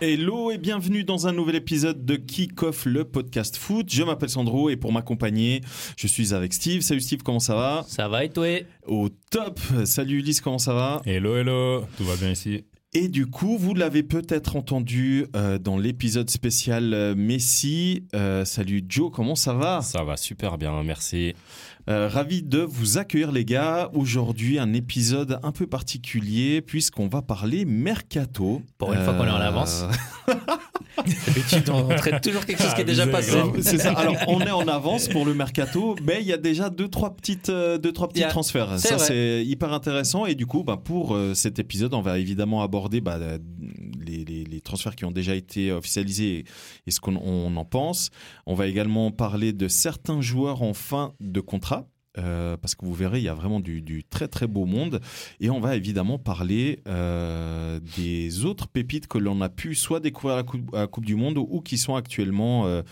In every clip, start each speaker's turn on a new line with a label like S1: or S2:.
S1: Hello et bienvenue dans un nouvel épisode de Kick Off, le podcast foot. Je m'appelle Sandro et pour m'accompagner, je suis avec Steve. Salut Steve, comment ça va
S2: Ça va et toi
S1: Au top Salut Ulysse, comment ça va
S3: Hello, hello, tout va bien ici.
S1: Et du coup, vous l'avez peut-être entendu euh, dans l'épisode spécial euh, Messi. Euh, salut Joe, comment ça va
S3: Ça va super bien, merci.
S1: Euh, ravi de vous accueillir les gars. Aujourd'hui, un épisode un peu particulier puisqu'on va parler mercato. Euh,
S2: Pour une fois qu'on est en avance. D'habitude, on traite toujours quelque chose
S4: Ah,
S2: qui est déjà
S3: Abusé,
S2: passé.
S3: grave.
S1: C'est ça. Alors, on est en avance pour le mercato, mais il y a déjà deux trois petites euh, deux trois petits
S2: Il y a-
S1: transferts.
S2: c'est
S1: Ça
S2: vrai.
S1: c'est hyper intéressant et du coup, bah, pour euh, cet épisode, on va évidemment aborder bah, euh, les, les- les transferts qui ont déjà été officialisés et, et ce qu'on on en pense. On va également parler de certains joueurs en fin de contrat. euh, parce que vous verrez, il y a vraiment du, du très très beau monde. Et on va évidemment parler euh, des autres pépites que l'on a pu soit découvrir à la Coupe, à la Coupe du Monde ou qui sont actuellement euh,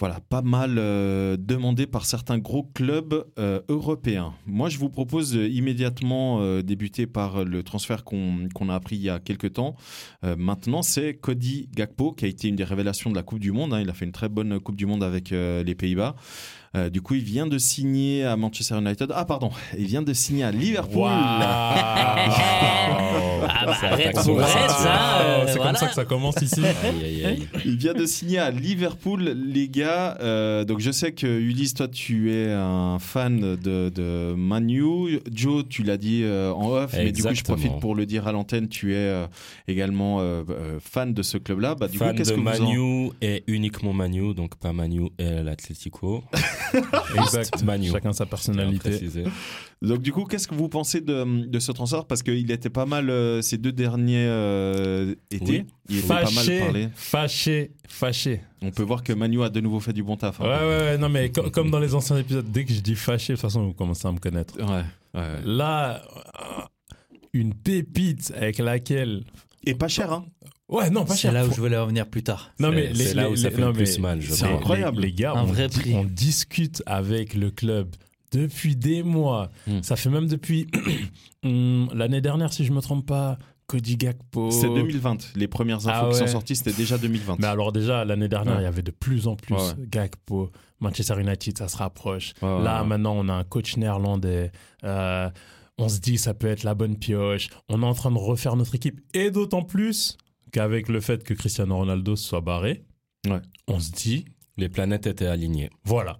S1: voilà, pas mal euh, demandé par certains gros clubs euh, européens. Moi, je vous propose euh, immédiatement euh, débuter par le transfert qu'on qu'on a appris il y a quelques temps. Euh, maintenant, c'est Cody Gakpo, qui a été une des révélations de la Coupe du Monde. hein. Il a fait une très bonne Coupe du Monde avec euh, les Pays-Bas. Euh, du coup, il vient de signer à Manchester United. Ah, pardon, il vient de signer à Liverpool.
S2: Ah bah,
S3: Ça
S2: arrête,
S3: attaque
S2: on
S3: sur la
S2: reste,
S3: ceinture.
S2: hein, euh,
S3: C'est comme
S2: voilà.
S3: ça que ça commence ici.
S2: Aïe, aïe, aïe.
S1: Il vient de signer à Liverpool, les gars. Euh, donc je sais que Ulysse, toi, tu es un fan de, de Manu. Joe, tu l'as dit euh, en off, mais du coup, je
S3: Exactement.
S1: profite pour le dire à l'antenne. Tu es euh, également euh, euh, fan de ce club-là. Bah, du
S3: Fan
S1: coup, qu'est-ce
S3: de
S1: que vous en...
S3: Manu et uniquement Manu, donc pas Manu et l'Atlético. exact, Manu.
S4: Chacun sa
S3: Personnalité.
S4: personnalité.
S1: Donc du coup, qu'est-ce que vous pensez de, de ce transfert Parce qu'il était pas mal euh, ces deux derniers euh, étés.
S3: Oui.
S1: Il était pas mal parlé.
S4: Fâché, fâché, fâché.
S1: On peut voir que Manu a de nouveau fait du bon taf. hein.
S4: Ouais, ouais, ouais, non, mais co- comme dans les anciens épisodes, dès que je dis fâché, de toute façon, vous commencez à me connaître.
S1: Ouais, ouais, ouais.
S4: Là, euh, une pépite avec laquelle.
S1: Et pas cher, hein
S4: Ouais, non, pas
S2: C'est
S4: cher.
S2: là où je voulais en venir plus tard.
S4: Non, mais
S3: C'est-
S4: les-
S3: c'est là
S4: les-
S3: où ça
S4: les-
S3: fait
S4: non,
S3: le plus
S4: mais
S3: mal, je
S1: c'est
S4: les-
S3: crois.
S1: incroyable.
S4: Les, les gars,
S2: Un
S4: on,
S2: vrai
S4: di-
S2: prix.
S4: on discute avec le club depuis des mois.
S3: Mm.
S4: Ça fait même depuis hum, l'année dernière, si je me trompe pas, Cody Gakpo.
S1: C'est 2020. Les premières infos
S4: Ah
S1: qui sont
S4: ouais.
S1: sorties, c'était déjà 2020.
S3: Bah
S4: Mais alors déjà, l'année dernière,
S1: Ouais.
S4: il y avait de plus en plus
S1: Ouais, ouais.
S4: Gakpo, Manchester United, ça se rapproche.
S1: Ouais, ouais,
S4: Là,
S1: ouais.
S4: maintenant, on a un coach néerlandais. Euh, on se dit, ça peut être la bonne pioche. On est en train de refaire notre équipe. Et d'autant plus qu'avec le fait que Cristiano Ronaldo se soit barré,
S1: Ouais.
S4: on se dit,
S3: Les planètes étaient alignées.
S4: voilà.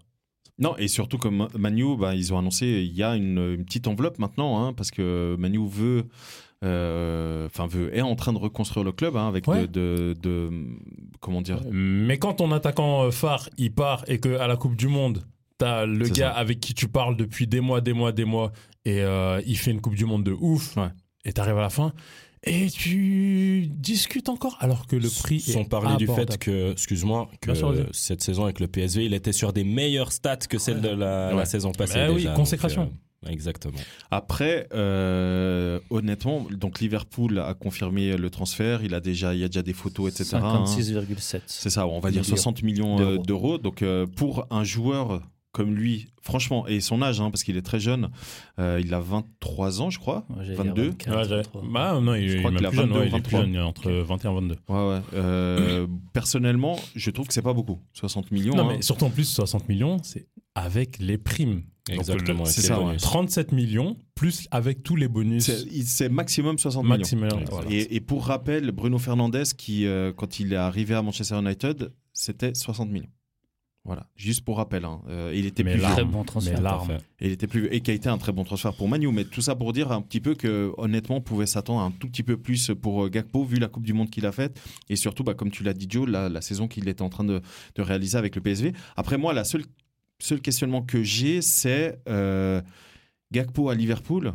S1: Non, et surtout comme Manu, bah, ils ont annoncé, il y a une, une petite enveloppe maintenant, hein, parce que Manu veut, euh, enfin veut, est en train de reconstruire le club hein, avec
S4: Ouais.
S1: de, de- de- comment dire,
S4: Mais quand ton attaquant euh, phare, il part et que à la Coupe du Monde, t'as le
S1: C'est
S4: gars
S1: ça.
S4: avec qui tu parles depuis des mois, des mois, des mois, et euh, il fait une Coupe du Monde de ouf,
S1: Ouais.
S4: et t'arrives à la fin, et tu discutes encore, alors que le prix
S3: Sans
S4: est
S3: parler du
S4: abordable.
S3: fait que, excuse-moi, que
S4: Bien sûr, vas-y.
S3: cette saison avec le PSV, il était sur des meilleures stats que celles de la,
S1: Ouais.
S3: la saison passée.
S4: Eh oui,
S3: déjà. Donc,
S4: consécration.
S3: euh, exactement.
S1: Après, euh, honnêtement, donc Liverpool a confirmé le transfert. Il a déjà, il y a déjà des photos, etc. hein.
S2: 56,7.
S1: C'est ça, on va dire
S2: Millions
S1: 60 millions euh,
S2: d'euros.
S1: d'euros. Donc euh, pour un joueur comme lui, franchement, et son âge, hein, parce qu'il est très jeune, euh, il a 23 ans, je crois.
S2: Moi, j'allais dire
S1: 22.
S2: 24,
S4: Ouais, j'avais-
S2: 23.
S4: bah, non, il,
S1: Je
S4: il
S1: crois
S4: est
S1: qu'il
S4: même
S1: a
S4: plus jeune,
S1: 22,
S4: ouais, il est plus
S1: 23.
S4: jeune, il est entre 21 et 22.
S1: Ouais, ouais. Euh, personnellement, je trouve que c'est pas beaucoup, 60 millions.
S4: Non,
S1: hein.
S4: mais surtout en plus, 60 millions, c'est avec les primes. Donc, le-
S3: Exactement.
S1: c'est
S3: et
S1: ça,
S3: les bonus.
S4: 37 millions, plus avec tous les bonus
S1: C'est il- c'est maximum 60 millions.
S4: maximum.
S3: Exact.
S4: Voilà.
S1: Et, et pour rappel, Bruno Fernandez, qui, euh, quand il est arrivé à Manchester United, c'était 60 millions. Voilà, juste pour rappel. hein. Euh, il était
S4: Mais
S1: plus
S4: là-
S2: Très
S1: vieux.
S2: bon
S4: Mais
S2: transfert.
S4: l'arme.
S1: Il était plus vieux et qui a été un très bon transfert pour Manu. Mais tout ça pour dire un petit peu que, honnêtement, on pouvait s'attendre à un tout petit peu plus pour euh, Gakpo, vu la Coupe du Monde qu'il a faite. Et surtout, bah, comme tu l'as dit, Joe, la, la saison qu'il était en train de, de réaliser avec le PSV. Après, moi, la seule seul questionnement que j'ai, c'est euh, Gakpo à Liverpool.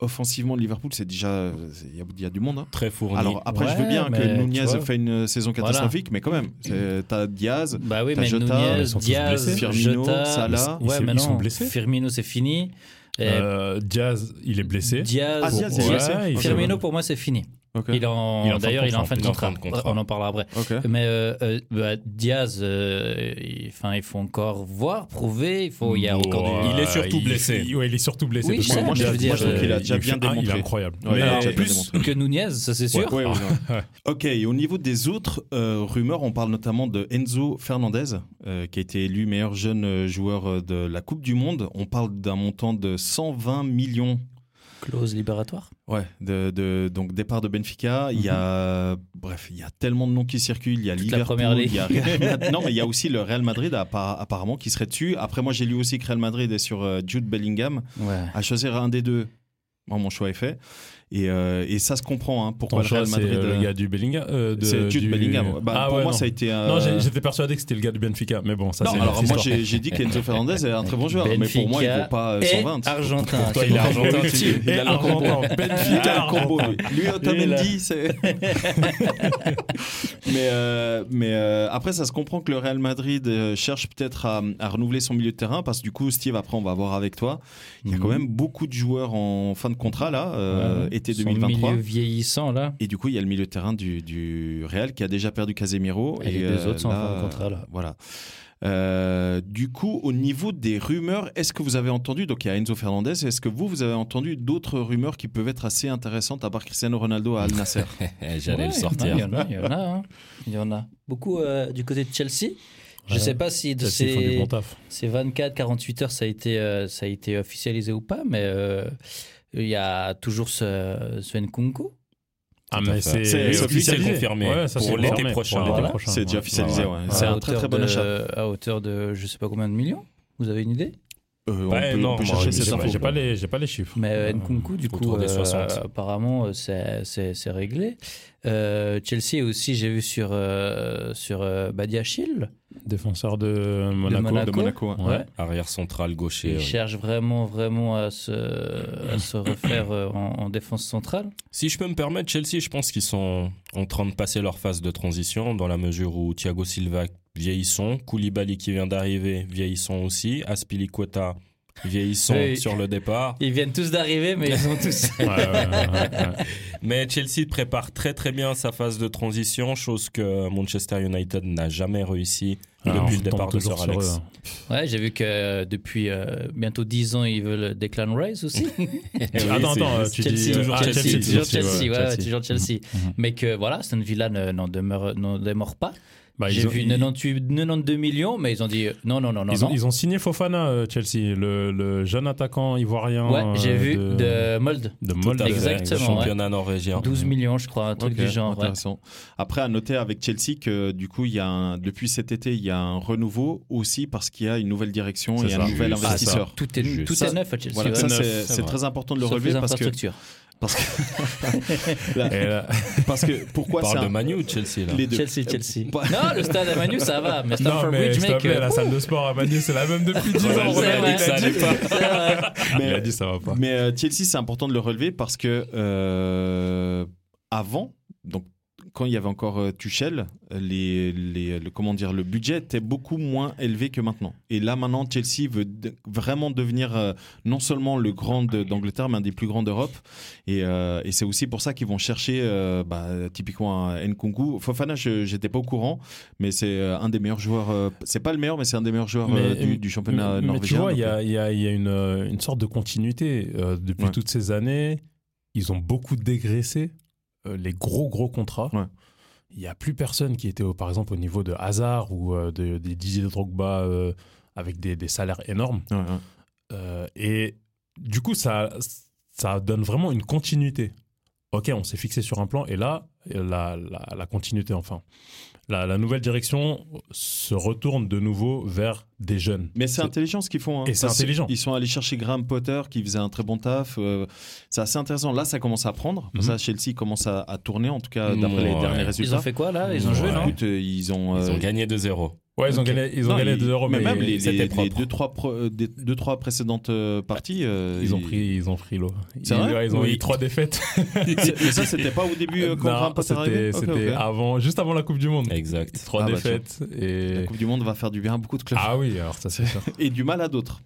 S1: Offensivement, Liverpool, c'est déjà. c'est- Il y, a- il y a du monde. hein.
S3: Très fourni.
S1: Alors, après, je veux
S4: Ouais,
S1: bien que
S4: mais tu
S1: Nunez
S4: vois.
S1: fait une saison catastrophique, mais quand même, c'est- t'as Diaz.
S2: Bah oui,
S1: T'as
S2: mais
S1: Jota,
S2: Nunez,
S4: ils sont tous
S2: Diaz,
S4: blessés.
S1: Firmino,
S2: Jota,
S1: Salah,
S4: ils
S2: ouais,
S4: se-
S2: mais
S4: ils sont
S2: non,
S4: blessés.
S2: Firmino, c'est fini. Et
S4: Euh, Diaz, il est blessé.
S2: Diaz,
S1: Ah, Diaz,
S4: il est
S2: Ouais,
S4: blessé.
S2: Firmino, pour moi, c'est fini.
S1: Ok.
S2: Il est en-
S4: Il est en fin de
S2: D'ailleurs, il est en
S4: contrat,
S2: fin de
S3: il est en fin
S2: contrat.
S3: de contrat.
S2: On en parlera après.
S1: Ok.
S2: Mais euh, euh, bah, Diaz, euh, il, enfin, il faut encore voir, prouver. Il, faut, Oh, il y a encore
S4: Ouais,
S2: du...
S3: Il est surtout
S4: euh, il-
S3: blessé.
S4: il- ouais, il est surtout blessé.
S2: Oui,
S4: parce
S2: je
S4: que
S2: sais,
S1: moi, je,
S2: mais je veux
S1: moi,
S2: dire,
S1: je trouve qu'il a
S2: euh,
S1: déjà
S4: il
S1: bien
S4: fait- ah,
S1: démontré.
S4: il est incroyable.
S1: Ouais, il a
S4: Mais-
S1: déjà bien
S2: plus
S1: démontré.
S2: que Nunez, ça c'est sûr.
S1: Ouais, ouais, ouais.
S4: Ouais.
S1: Ok, et au niveau des autres euh, rumeurs, on parle notamment de Enzo Fernandez, euh, qui a été élu meilleur jeune euh, joueur euh, de la Coupe du Monde. On parle d'un montant de 120 millions
S2: Clause libératoire.
S1: Ouais, de, de- donc départ de Benfica, il y a bref, il y a tellement de noms qui circulent, il y a
S2: Toute la
S1: Liverpool,
S2: première ligue.
S1: il y a Real Madrid- non mais il y a aussi le Real Madrid appa- apparemment qui serait dessus. Après moi j'ai lu aussi que Real Madrid est sur euh, Jude Bellingham
S2: Ouais.
S1: à choisir un des deux. Moi mon choix est fait et, euh, et ça se comprend hein,
S4: Ton
S1: pourquoi le
S4: choix,
S1: Real
S4: c'est
S1: Madrid
S4: euh,
S1: euh,
S4: le gars du Bellingham. euh, de-
S1: c'est Jude
S4: du-
S1: Bellingham. Bah,
S4: Ah
S1: pour
S4: ouais,
S1: moi
S4: non.
S1: ça a été euh,
S4: Non, j'ai- j'étais persuadé que c'était le gars du Benfica, mais bon, ça
S1: non,
S4: c'est.
S1: alors
S4: notre
S1: moi
S4: histoire.
S1: j'ai j'ai dit qu'Enzo Fernandez est un très bon joueur, mais pour moi il
S2: Benfica
S1: vaut pas euh,
S2: Et
S1: 120.
S2: Argentin.
S4: toi, il est argentin.
S1: Il- il
S4: Et
S1: a le combo.
S4: Argentin,
S1: Il
S4: Benfica,
S1: a le combo,
S4: Argentin.
S1: lui. Lui, Otamendi, c'est. mais euh, mais euh, après, ça se comprend que le Real Madrid euh, cherche peut-être à, à renouveler son milieu de terrain parce que du coup, Steve, après, on va voir avec toi. Il y a quand
S2: Mhm.
S1: même beaucoup de joueurs en fin de contrat, là, euh, été 2023.
S2: milieu vieillissant là.
S1: Et du coup, il y a le milieu de terrain du, du Real qui a déjà perdu Casemiro. euh,
S2: Et les deux autres sont en fin de contrat, là.
S1: Voilà. Euh, du coup, au niveau des rumeurs, est-ce que vous avez entendu, donc il y a Enzo Fernandez, est-ce que vous, vous avez entendu d'autres rumeurs qui peuvent être assez intéressantes à part Cristiano Ronaldo à Al Nasser
S3: Eh,
S2: Ouais,
S3: J'allais le
S2: Il y
S3: sortir.
S2: en a, il y en a. hein. Il y en a. Beaucoup euh, du côté de Chelsea. Je
S4: Ouais.
S2: sais pas si de
S4: Peut-être qu'ils font du
S2: ces,
S4: bon taf.
S2: ces 24, 48 heures, ça a été, euh, ça a été officialisé ou pas, mais euh, il y a toujours ce, ce Nkunku.
S4: Ah,
S3: Tout à
S4: mais c'est.
S3: fait.
S1: C'est-
S3: c'est officialisé. confirmé.
S4: Ouais, ça,
S3: Pour
S4: c'est
S3: l'été
S4: confirmé.
S3: prochain.
S4: Pour l'été
S2: Voilà.
S4: prochain,
S1: C'est déjà
S4: ouais.
S1: officialisé,
S3: Ouais,
S1: ouais.
S3: ouais.
S1: C'est
S2: À
S1: un très
S2: hauteur
S1: très bon
S2: de-
S1: achat.
S2: À hauteur de je sais pas combien de millions. Vous avez une idée
S1: Euh, on
S3: Ouais,
S1: peut, on
S3: non,
S1: peut
S3: moi,
S1: chercher
S4: Ouais,
S1: cette
S4: J'ai
S1: info.
S4: pas, j'ai pas les, j'ai pas les chiffres.
S2: Mais euh,
S4: Euh,
S2: Nkunku, du
S3: autour
S2: coup,
S3: des
S2: euh,
S3: 60.
S2: apparemment, euh, c'est- c'est c'est réglé. Euh, Chelsea aussi, j'ai vu sur, euh, sur euh, Badiachil.
S4: défenseur de
S1: De
S4: Monaco.
S1: Monaco, hein.
S4: Ouais.
S2: Ouais.
S3: Arrière central
S2: Il
S3: gaucher. euh, ouais.
S2: cherche vraiment, vraiment à se, à se refaire euh, en, en défense centrale.
S3: Si je peux me permettre, Chelsea, je pense qu'ils sont en train de passer leur phase de transition dans la mesure où Thiago Silva vieillissant, Koulibaly qui vient d'arriver vieillissant aussi, Aspilicueta vieillissant
S2: Oui.
S3: sur le départ.
S2: Ils viennent tous d'arriver, mais ils ont tous.
S4: Ouais, ouais, ouais, ouais, ouais.
S3: Mais Chelsea prépare très très bien sa phase de transition, chose que Manchester United n'a jamais réussi
S4: Alors, Ah
S3: depuis
S4: on
S3: le départ
S4: tombe
S3: de
S4: toujours
S3: Sir
S4: sur
S3: Alex.
S4: eux, hein.
S2: Ouais, j'ai vu que euh, depuis euh, bientôt 10 ans, ils veulent Declan Rice aussi.
S3: Eh oui,
S4: attends,
S3: c'est
S4: attends,
S3: juste.
S4: tu dis
S2: Chelsea, toujours
S4: ah,
S2: Chelsea, toujours Chelsea,
S4: ouais,
S2: ouais,
S4: Chelsea.
S2: toujours Chelsea.
S4: Mhm.
S2: Mais que voilà, Aston Villa ne- n'en demeure, n'en démord pas.
S4: Bah, ils
S2: J'ai
S4: ont-
S2: vu
S4: ils-
S2: 98 92 millions, mais ils ont dit euh, non, non, non, non.
S4: Ils ont,
S2: non.
S4: ils ont signé Fofana, euh, Chelsea, le, le jeune attaquant ivoirien.
S2: ouais, j'ai
S4: euh,
S2: vu
S4: de,
S2: de Mold.
S4: de
S3: Tout à
S4: Molde.
S1: euh,
S3: fait.
S2: Exactement, ouais.
S3: Championnat norvégien.
S2: 12 millions, je crois, un truc
S1: Ok,
S2: du genre. ouais.
S1: intéressant. Après, à noter avec Chelsea que du coup, il y a un- depuis cet été, il y a un renouveau aussi parce qu'il y a une nouvelle direction
S4: C'est
S1: et un
S4: ça.
S1: nouvel
S2: Ah,
S4: Juste ça.
S1: investisseur.
S2: Tout est,
S3: Juste.
S2: tout
S1: Ça,
S2: est neuf à Chelsea.
S1: Voilà,
S2: ouais.
S1: ça
S4: neuf,
S1: c'est
S4: c'est
S1: c'est
S4: vrai.
S1: très important de le
S2: Sauf
S1: relever
S2: les
S1: parce que
S2: infrastructures.
S1: parce que Là,
S4: Et là-
S1: parce que
S3: On
S1: pourquoi c'est
S3: parle de
S1: un-
S3: Manu ou de Chelsea là
S1: les deux
S4: Euh,
S2: Chelsea, Chelsea.
S1: Bah-
S2: non, le stade à Manu, ça va, mais
S4: non,
S2: Stamford
S4: mais
S2: Bridge,
S4: s'il te
S2: mec.
S4: plaît,
S2: euh,
S4: la salle de sport à Manu, c'est la même depuis 10
S2: Ouais, c'est
S4: ans. on a dit
S2: vrai.
S4: que ça allait pas.
S2: c'est vrai.
S1: mais,
S4: Il a dit ça va pas.
S1: mais, euh, Chelsea c'est important de le relever parce que euh, avant donc quand il y avait encore euh, Tuchel les, les le, comment dire le budget était beaucoup moins élevé que maintenant et là maintenant Chelsea veut de- vraiment devenir euh, non seulement le grand de- d'Angleterre mais un des plus grands d'Europe et, euh, et c'est aussi pour ça qu'ils vont chercher euh, bah, typiquement un Nkunku Fofana je j'étais pas au courant mais c'est euh, un des meilleurs joueurs euh, c'est pas le meilleur mais c'est un des meilleurs joueurs
S4: Mais-
S1: euh, du, du championnat
S4: Mais- mais
S1: norvégien
S4: tu vois, il y
S1: donc,
S4: a, il y a- il y a une, euh, une sorte de continuité. euh, depuis
S1: Ouais.
S4: toutes ces années, ils ont beaucoup dégraissé euh, les gros, gros contrats.
S1: Ouais.
S4: Il n'y a plus personne qui était, au- par exemple, au niveau de Hazard ou euh, de- des Didier Drogba euh, avec des, des salaires énormes.
S1: ouais, ouais.
S4: Euh, et du coup, ça, ça donne vraiment une continuité. Ok, on s'est fixé sur un plan et là, la, la, la continuité enfin. La, la nouvelle direction se retourne de nouveau vers des jeunes.
S1: Mais c'est
S4: C'est-
S1: intelligent ce qu'ils font. hein.
S4: Et c'est
S1: Parce
S4: intelligent.
S1: Ils sont allés chercher Graham Potter qui faisait un très bon taf. euh, c'est assez intéressant. Là, ça commence à prendre.
S4: Mhm.
S1: Ça, Chelsea commence à, à tourner, en tout cas, d'après
S3: Ouais.
S1: les derniers
S3: Ils
S1: résultats.
S2: Mm. Ils ont fait quoi là Ils ont
S4: Ouais.
S2: joué,
S1: Écoute,
S2: non
S1: euh, ils ont,
S3: Ils
S1: euh,
S3: ont gagné 2-0.
S4: Ouais, ils ont
S2: Ok.
S4: gagné, ils ont
S1: non,
S4: gagné
S1: ils-
S4: 2 euros,
S1: mais
S4: mais,
S1: même les, les-
S3: c'était
S1: les
S3: propre.
S1: deux, trois pro- euh, des- deux, trois précédentes euh, parties. euh,
S4: ils ont pris, ils ont pris l'eau. Ils,
S1: C'est vrai
S4: ouais, ils ont
S3: Oui.
S4: eu trois défaites.
S1: C'est- Mais ça, c'était pas au début euh, quand
S4: Non,
S1: Graham Potter est arrivé
S4: c'était
S1: Ok,
S4: c'était
S1: ok.
S4: ah, avant, juste avant la Coupe du Monde.
S3: Exact.
S4: Trois
S1: Ah, bah,
S4: défaites
S1: La
S4: et
S1: Coupe du Monde va faire du bien à beaucoup de clubs.
S4: ah oui, alors ça c'est sûr.
S1: Et du mal à d'autres.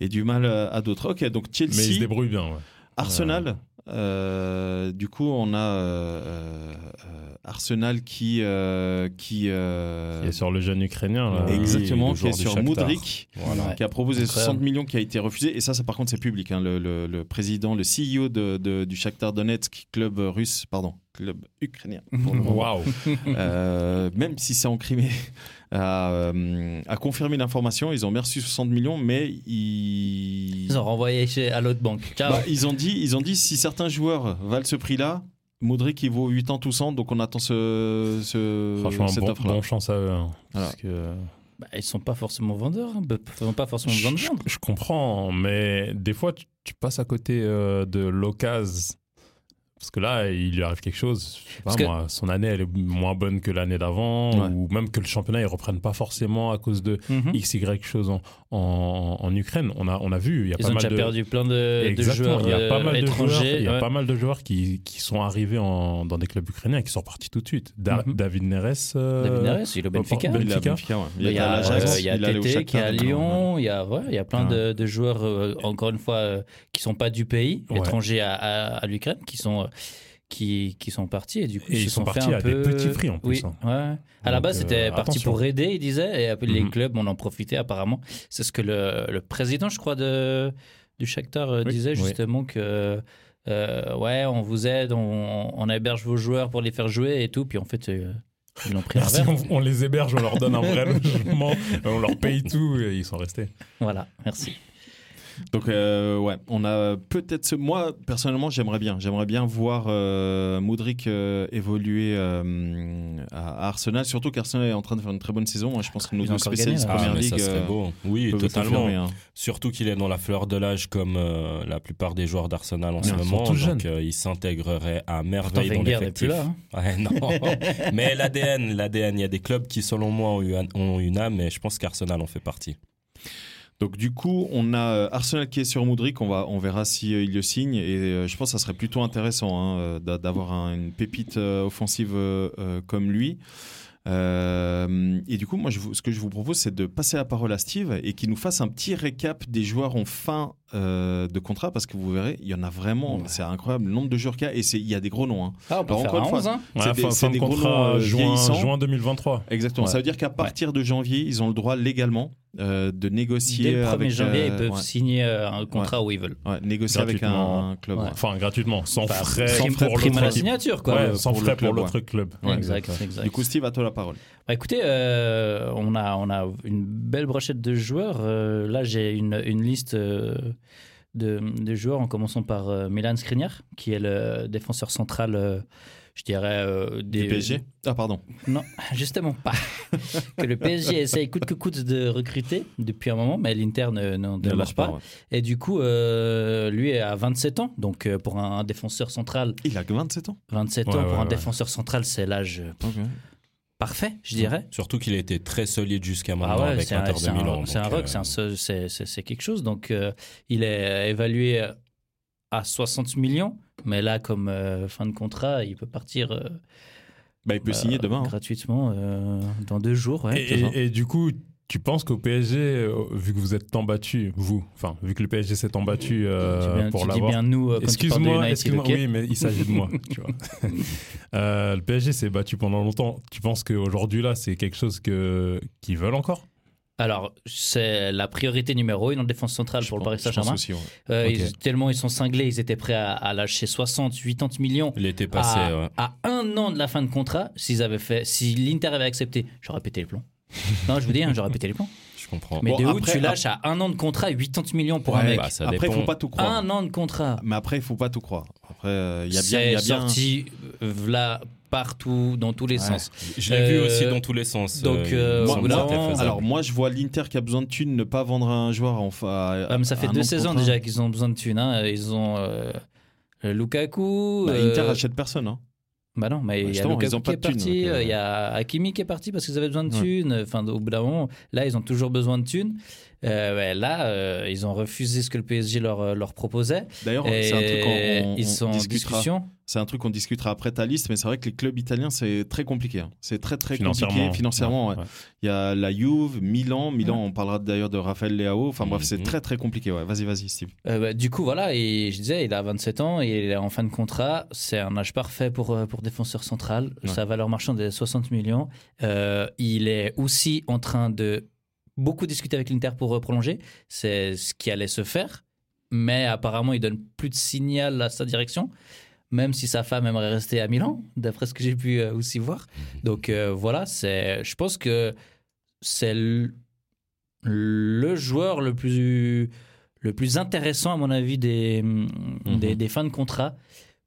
S1: Et du mal euh, à d'autres. Ok, donc Chelsea.
S4: Mais ils se débrouillent bien. ouais.
S1: Arsenal, Euh, du coup, on a euh, euh, Arsenal qui euh, qui, euh,
S4: Et sur le jeune ukrainien. là,
S3: Oui,
S1: exactement
S3: euh, le
S1: qui est
S3: joueur du
S1: sur
S3: Shakhtar.
S1: Moudric
S3: Voilà.
S2: Ouais.
S1: qui a proposé
S2: Incroyable.
S1: 60 millions qui a été refusé et ça, ça par contre c'est public hein. le, le- le président le CEO de, de- du Shakhtar Donetsk club russe pardon club ukrainien pour le moment.
S4: Waouh.
S1: Euh, même si c'est en Crimée a, euh, a confirmé l'information ils ont bien reçu 60 millions mais ils
S2: Ils ont renvoyé chez, à l'autre banque. Ciao.
S1: Bah, ils ont dit, ils ont dit si certains joueurs valent ce prix-là, Modric il vaut 8 ans tout 100, donc on attend ce, ce
S4: Franchement,
S1: cette
S4: bon,
S1: offre-là.
S4: bon chance à eux. hein,
S1: Voilà.
S4: parce que-
S2: Bah, ils sont pas forcément vendeurs. hein. Bah, Ils n'ont pas forcément besoin de
S4: je,
S2: vendre.
S4: je comprends, mais des fois, tu, tu passes à côté euh, de l'occasion. Parce que là, il lui arrive quelque chose. Je sais pas,
S2: Parce que-
S4: moi, son année, elle est moins bonne que l'année d'avant,
S1: Ouais.
S4: ou même que le championnat, ils reprennent pas forcément à cause de
S2: Mhm.
S4: X, Y chose en, en, en Ukraine. On a, on a vu, il y a
S2: Ils
S4: pas
S2: ont
S4: mal
S2: déjà
S4: de.
S2: perdu plein de, de
S4: Exactement,
S2: joueurs
S4: il y a pas
S2: euh,
S4: mal de joueurs,
S2: étrangers.
S4: il y a
S2: ouais.
S4: pas mal de joueurs qui, qui sont arrivés en- dans des clubs ukrainiens et qui sont partis tout de suite. Da-
S2: Mhm.
S4: David Neres, euh,
S2: David Neres, il est au Benfica.
S4: Benfica.
S1: Il est à Benfica, ouais.
S2: Il y
S1: est
S2: a,
S1: à l'Ajax,
S2: euh, il y a
S1: il est allé au
S2: Tété qui est à
S1: Shakhtar.
S2: Lyon, il y a, voilà, il y a plein de, de joueurs, euh, encore une fois, euh, qui sont pas du pays,
S4: Ouais.
S2: étrangers à, à, à l'Ukraine, qui sont, euh, qui, qui sont partis et du coup,
S4: Et
S2: se
S4: ils sont
S2: fait
S4: partis
S2: un
S4: à des
S2: peu-
S4: petits prix, en
S2: Oui,
S4: plus, hein.
S2: ouais. À la
S4: Donc,
S2: base,
S4: euh,
S2: c'était parti
S4: attention.
S2: pour aider, ils disaient, et après, les
S4: Mhm.
S2: clubs, on en profitait apparemment. C'est ce que le, le président, je crois, de, du Shakhtar euh,
S4: Oui.
S2: disait
S4: Oui.
S2: justement que. euh, ouais, on vous aide, on, on héberge vos joueurs pour les faire jouer et tout. Puis en fait, euh, ils l'ont pris à
S4: Merci,
S2: l'envers.
S4: on, on les héberge, on leur donne un vrai logement, on leur paye tout et ils sont restés.
S2: Voilà, merci.
S1: Donc euh, ouais, on a peut-être ce. Moi personnellement, j'aimerais bien, j'aimerais bien voir euh, Modric euh, évoluer euh, à à Arsenal, surtout qu'Arsenal est en train de faire une très bonne saison. Moi, je pense que nos
S2: Ils ont
S1: deux
S2: encore
S1: spécialistes
S2: gagné, là.
S3: Ah,
S1: Première
S3: mais
S1: Ligue
S3: ça serait
S1: euh,
S3: beau. Oui,
S1: peuvent vous
S3: totalement.
S1: confirmer, hein.
S3: Surtout qu'il est dans la fleur de l'âge comme euh, la plupart des joueurs d'Arsenal en
S4: Mais
S3: ce
S4: ils sont
S3: moment.
S4: tous jeunes.
S3: Donc euh, il s'intégrerait à
S2: Pourtant,
S3: merveille dans
S2: Wenger n'est plus
S3: l'effectif.
S2: là. hein.
S3: Ouais, non. mais l'ADN, l'ADN, il y a des clubs qui selon moi ont, eu un- ont une âme et je pense qu'Arsenal en fait partie.
S1: Donc du coup, on a euh, Arsenal qui est sur Moudric, on, va, on verra si euh, il le signe, et euh, je pense que ça serait plutôt intéressant hein, euh, d'a- d'avoir un- une pépite euh, offensive euh, euh, comme lui. Euh, et du coup, moi, je vous- ce que je vous propose, c'est de passer la parole à Steve et qu'il nous fasse un petit récap des joueurs en fin euh, de contrat, parce que vous verrez, il y en a vraiment, c'est incroyable, le nombre de joueurs qu'il y a, et c'est- il y a des gros noms. hein.
S2: Ah, on peut
S1: Alors,
S2: faire
S1: encore
S2: un
S1: une fois,
S2: 11, hein.
S1: C'est des-
S4: fin,
S1: c'est
S4: fin
S1: des
S4: de
S1: gros noms,
S4: contrat
S1: euh,
S4: juin,
S1: vieillissants.
S4: juin 2023.
S1: Exactement,
S4: Ouais.
S1: ça veut dire qu'à partir de janvier, ils ont le droit légalement euh, de négocier
S2: Dès le 1er
S1: avec,
S2: janvier,
S1: euh,
S2: ils peuvent
S1: ouais.
S2: signer euh, un contrat où ils veulent.
S1: Ouais, négocier avec un,
S4: Gratuitement.
S1: un club.
S2: Ouais. Bah,
S1: ouais.
S4: Enfin, gratuitement, sans
S2: Enfin,
S4: frais
S2: prime-
S4: pour l'autre
S2: prime à la
S4: équipe.
S2: signature, quoi.
S4: Ouais,
S2: Euh,
S4: sans
S1: pour le
S4: frais pour
S1: club,
S4: l'autre club.
S1: Ouais,
S2: exact, exact.
S1: Du coup, Steve, à toi la parole.
S2: Bah, écoutez, euh, on, a, on a une belle brochette de joueurs. Euh, là, j'ai une, une liste euh, de, de joueurs en commençant par euh, Milan Skriniar, qui est le défenseur central, euh, je dirais, euh, des,
S1: Du PSG Ah, pardon.
S2: Non, justement pas. que le PSG essaye coûte que coûte de recruter depuis un moment, mais l'Inter ne- n'en
S1: Ne
S2: démarre
S1: lâche
S2: pas.
S1: ouais.
S2: Et du coup, euh, lui est à 27 ans. Donc, euh, pour un, défenseur central,
S1: Il a que 27 ans.
S2: 27
S4: Ouais,
S2: ans, pour
S4: ouais,
S2: un
S4: ouais.
S2: défenseur central, c'est l'âge euh, parfait, je dirais.
S3: Surtout qu'il a été très solide jusqu'à maintenant
S2: Ah ouais,
S3: avec
S2: c'est un,
S3: l'Inter
S2: c'est
S3: de
S2: un-
S3: Milan.
S2: c'est un
S3: donc,
S2: rock,
S3: euh,
S2: c'est un se- c'est- c'est- c'est quelque chose. Donc, euh, il est évalué à 60 millions. Mais là, comme euh, fin de contrat, il peut partir euh,
S1: Bah, il peut
S2: bah,
S1: signer demain. hein.
S2: gratuitement euh, dans deux jours. ouais.
S4: Et,
S1: c'est ça.
S4: et- et du coup, tu penses qu'au PSG, euh, vu que vous êtes tant battu, vous, enfin, vu que le PSG s'est tant battu euh,
S2: tu dis bien,
S4: pour
S2: tu dis
S4: l'avoir.
S2: bien nous euh, quand tu parles de
S4: Excuse-moi,
S2: United,
S4: excuse-moi,
S2: ok
S4: oui, mais il s'agit de moi. tu vois. Euh, le PSG s'est battu pendant longtemps. Tu penses qu'aujourd'hui, là, c'est quelque chose que- qu'ils veulent encore
S2: Alors, c'est la priorité numéro une en défense centrale
S1: Je
S2: pour le
S1: pense-
S2: Paris
S1: je pense
S2: Saint-Germain.
S1: aussi, ouais.
S2: Euh,
S4: Ok.
S2: ils- tellement ils sont cinglés, ils étaient prêts à, à lâcher 60, 80 millions
S3: L'été passé,
S2: à,
S3: ouais.
S2: à un an de la fin de contrat. S'ils avaient fait, si l'Inter avait accepté, j'aurais pété les plombs. non, je vous dis, hein, j'aurais pété les plombs.
S3: je comprends.
S2: Mais
S1: Bon,
S2: de où
S1: après, ah.
S2: tu lâches à un an de contrat 80 millions pour un
S1: Ouais,
S2: mec
S3: bah, ça
S1: Après, il
S3: dépend.
S1: faut pas tout croire.
S2: Un an de contrat.
S1: Ah, Mais après, il faut pas tout croire. Après, euh, il y a bien. il y
S2: C'est
S1: a bien...
S2: sorti euh, là partout, dans tous les
S1: Ouais.
S2: sens.
S3: Je l'ai
S2: Euh,
S3: vu aussi dans tous les sens.
S2: donc, euh,
S3: il me
S1: Moi,
S3: semble
S1: moi,
S3: que c'était faisable.
S1: alors, moi, je vois l'Inter qui a besoin de thunes ne pas vendre un joueur. Enfin, à-
S2: Ah, mais ça fait
S1: à un
S2: deux
S1: an de
S2: saisons
S1: contrat.
S2: déjà qu'ils ont besoin de thunes. hein. Ils ont euh, Lukaku.
S1: Bah,
S2: euh,
S1: Inter achète personne. hein.
S2: Bah non, mais il y a
S1: Justement, ils
S2: Lukaku
S1: ont
S2: qui
S1: pas
S2: est
S1: de thunes,
S2: parti,
S1: donc, euh,
S2: euh, il y a Hakimi qui est parti parce qu'ils avaient besoin de
S1: Ouais.
S2: thunes. Enfin, au bout d'un moment, là, ils ont toujours besoin de thunes. Euh, ouais, là, euh, ils ont refusé ce que le PSG leur, euh, leur proposait.
S1: D'ailleurs,
S2: Et
S1: c'est un truc qu'on on-
S2: ils
S1: on
S2: sont en
S1: discutera.
S2: discussion.
S1: C'est un truc qu'on discutera après ta liste, mais c'est vrai que les clubs italiens, c'est très compliqué. hein. C'est très, très compliqué financièrement. ouais.
S4: ouais.
S1: Il y a la Juve, Milan. Milan,
S2: Mm.
S1: on parlera d'ailleurs de Raphaël Leao. Enfin bref,
S2: Mm-hmm.
S1: c'est
S3: Mhm.
S1: très, très compliqué. Ouais. Vas-y, vas-y, Steve.
S2: Euh, bah, du coup, voilà, et je disais, il a 27 ans, il est en fin de contrat. C'est un âge parfait pour, euh, pour défenseur central.
S1: Ouais.
S2: Sa valeur marchande est de 60 millions. Euh, il est aussi en train de beaucoup discuter avec l'Inter pour euh, prolonger. C'est ce qui allait se faire. Mais apparemment, il donne plus de signal à sa direction, même si sa femme aimerait rester à Milan, d'après ce que j'ai pu euh, aussi voir. Donc euh, voilà, c'est, je pense que c'est l- le joueur le plus, le plus intéressant, à mon avis, des, mm, des, des fins de contrat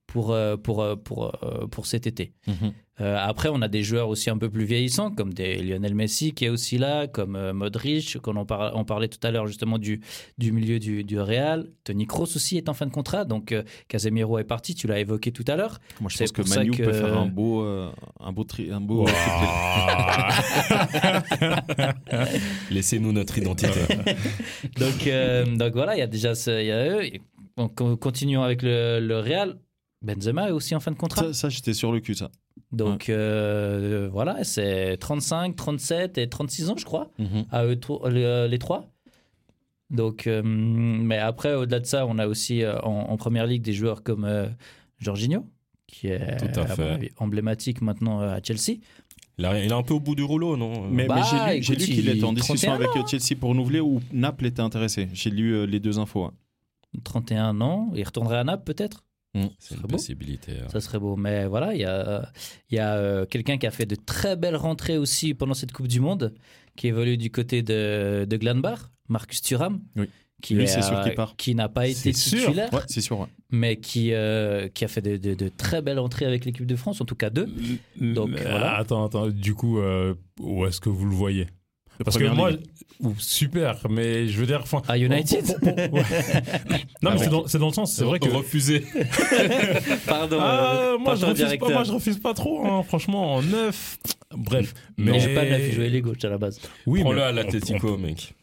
S2: pour, euh, pour, euh, pour, euh, pour cet été. Euh, après, on a des joueurs aussi un peu plus vieillissants, comme des Lionel Messi qui est aussi là, comme euh, Modric, qu'on en par- on parlait tout à l'heure justement du, du milieu du, du Real. Tony Kroos aussi est en fin de contrat, donc euh, Casemiro est parti, tu l'as évoqué tout à l'heure.
S1: Moi, je
S2: C'est
S1: pense que
S2: pour ça
S1: Manu
S2: que-
S1: peut faire un beau, euh, un beau, tri- un beau triplé.
S4: Ouah.
S3: Ah. Laissez-nous notre identité.
S4: Euh,
S2: Donc, euh, donc voilà, il y a déjà ce- il y a eux. Et bon, con- continuons avec le, le Real. Benzema est aussi en fin de contrat.
S1: Ça, ça, j'étais sur le cul, ça.
S2: Donc euh, voilà, c'est 35, 37 et 36 ans, je crois, à eux tro- le- les trois. Donc, euh, mais après, au-delà de ça, on a aussi euh, en, en première ligue des joueurs comme euh, Jorginho, qui est
S3: Tout à
S2: mon
S3: fait.
S2: avis, emblématique maintenant euh, à Chelsea.
S3: Il a- il est un peu au bout du rouleau, non euh,
S1: Mais,
S2: Bah,
S1: mais j'ai lu- j'ai lu,
S2: écoute,
S1: qu'il était en
S2: il-
S1: discussion
S2: 31
S1: avec euh, Chelsea pour renouveler ou Naples était intéressé. J'ai lu euh, les deux infos. hein.
S2: 31 ans, il retournerait à Naples peut-être
S3: C'est
S2: Ah
S3: une
S2: bon
S3: possibilité. hein.
S2: Ça serait beau. Mais voilà, il y a, il y a euh, quelqu'un qui a fait de très belles rentrées aussi pendant cette Coupe du Monde, qui évolue du côté de, de Gladbach, Marcus Thuram.
S1: Oui.
S2: Qui,
S1: Lui,
S2: est,
S1: c'est sûr
S2: euh,
S1: qu'il part.
S2: qui n'a pas été
S4: C'est sûr.
S2: titulaire,
S1: Ouais, c'est sûr. ouais.
S2: mais qui, euh, qui a fait de, de- de très belles rentrées avec l'équipe de France, en tout cas deux. Donc,
S1: euh,
S4: Mais,
S2: voilà.
S4: Attends, attends. Du coup, euh, où est-ce que vous le voyez Parce que
S1: Première
S4: moi,
S1: ligue.
S4: ou- super, mais je veux dire.
S1: ah.
S4: enfin,
S2: À United
S1: Oh,
S4: bon, bon, bon, ouais. Non, mais
S1: Avec-
S4: c'est dans, c'est dans le sens. C'est vrai que.
S3: Refuser.
S2: Pardon,
S4: Ah,
S2: euh,
S4: moi,
S2: pardon,
S4: je refuse pas,
S2: directeur.
S4: moi, je refuse pas trop, hein, franchement, en neuf. Bref.
S2: Non, j'ai pas de la jouer les gauches à la base.
S4: Oui,
S3: Prends-le
S4: mais
S3: à
S4: on-
S3: l'Atletico, mec.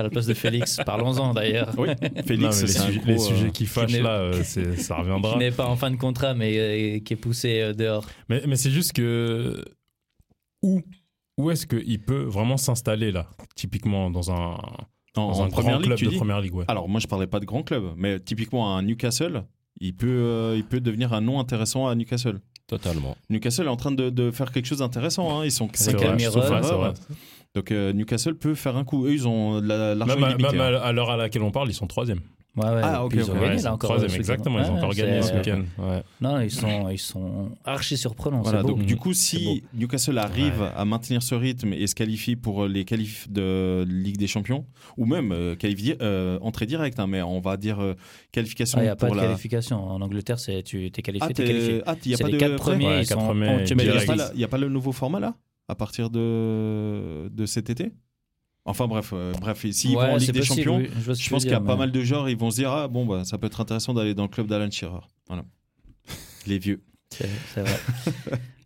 S2: À la place de Félix, parlons-en d'ailleurs.
S1: Oui,
S4: on- non,
S1: Félix,
S4: mais les,
S1: c'est un
S4: sujets-
S1: gros,
S4: les
S1: euh,
S4: sujets qui fâchent
S2: n'est-
S4: là, euh, c'est- ça reviendra.
S2: Qui n'est pas en fin de contrat, mais euh, qui est poussé euh, dehors.
S4: Mais, mais c'est juste que où, où est-ce qu'il peut vraiment s'installer là Typiquement dans un,
S1: en,
S4: dans
S1: en
S4: un
S1: première
S4: grand
S1: ligue,
S4: club
S1: tu
S4: de
S1: dis
S4: première ligue. Ouais.
S2: Ah,
S1: Alors moi je parlais pas de grand club, mais typiquement un Newcastle, il peut, euh, il peut devenir un nom intéressant à Newcastle.
S3: Totalement.
S1: Newcastle est en train de, de faire quelque chose d'intéressant, hein. ils sont
S2: C'est
S4: C'est
S1: cinquième.
S4: vrai,
S2: Cameron,
S4: c'est vrai, c'est
S1: ouais,
S4: vrai.
S1: ouais. donc euh, Newcastle peut faire un coup. Eux ils ont de la- l'argent
S4: Même, à,
S1: illimité.
S4: même
S1: hein.
S4: à- à l'heure à laquelle on parle, ils sont troisième.
S2: Ouais, ouais,
S1: Ah,
S2: et
S1: ok,
S2: puis ils
S1: ok.
S2: ont gagné
S4: Ouais, ils
S2: là
S4: sont
S2: encore. euh,
S4: troisième,
S2: ce week-end.
S4: exactement. Ils ont
S2: Ouais,
S4: encore gagné
S2: c'est- euh,
S4: ce week-end. Ouais.
S2: Non, ils sont, ils sont archi surprenants.
S1: Voilà,
S2: c'est beau.
S1: donc
S4: Mmh.
S1: du coup,
S2: C'est
S1: si Newcastle arrive à maintenir ce rythme et se qualifie pour euh, les qualifs de Ligue des Champions, ou même euh, qualifi- euh, entrée directe, hein, mais on va dire euh, qualification
S2: Ah, il n'y a pas
S1: pour
S2: de
S1: la.
S2: qualification. En Angleterre, c'est, tu t'es qualifié,
S1: Ah,
S2: t'es
S1: t'es-
S2: qualifié.
S1: ah, il n'y a
S2: C'est
S1: pas
S2: les
S1: de
S2: quatre
S1: prêt
S2: premiers,
S4: Ouais,
S2: ils
S4: quatre
S2: sont en-
S4: premiers,
S2: en
S1: Il
S2: Champions
S1: n'y a,
S4: direct.
S2: League.
S1: pas la- il y a pas le nouveau format là à partir de, de cet été Enfin bref, euh, bref, et s'ils
S2: Ouais,
S1: vont en
S2: c'est
S1: Ligue des
S2: possible,
S1: Champions,
S2: oui, vois ce que
S1: je
S2: tu
S1: pense
S2: veux
S1: qu'il y a
S2: dire,
S1: pas
S2: mais-
S1: mal de joueurs, ils vont se dire ah bon bah ça peut être intéressant d'aller dans le club d'Alan Shearer. Voilà, les vieux.
S2: C'est, c'est vrai.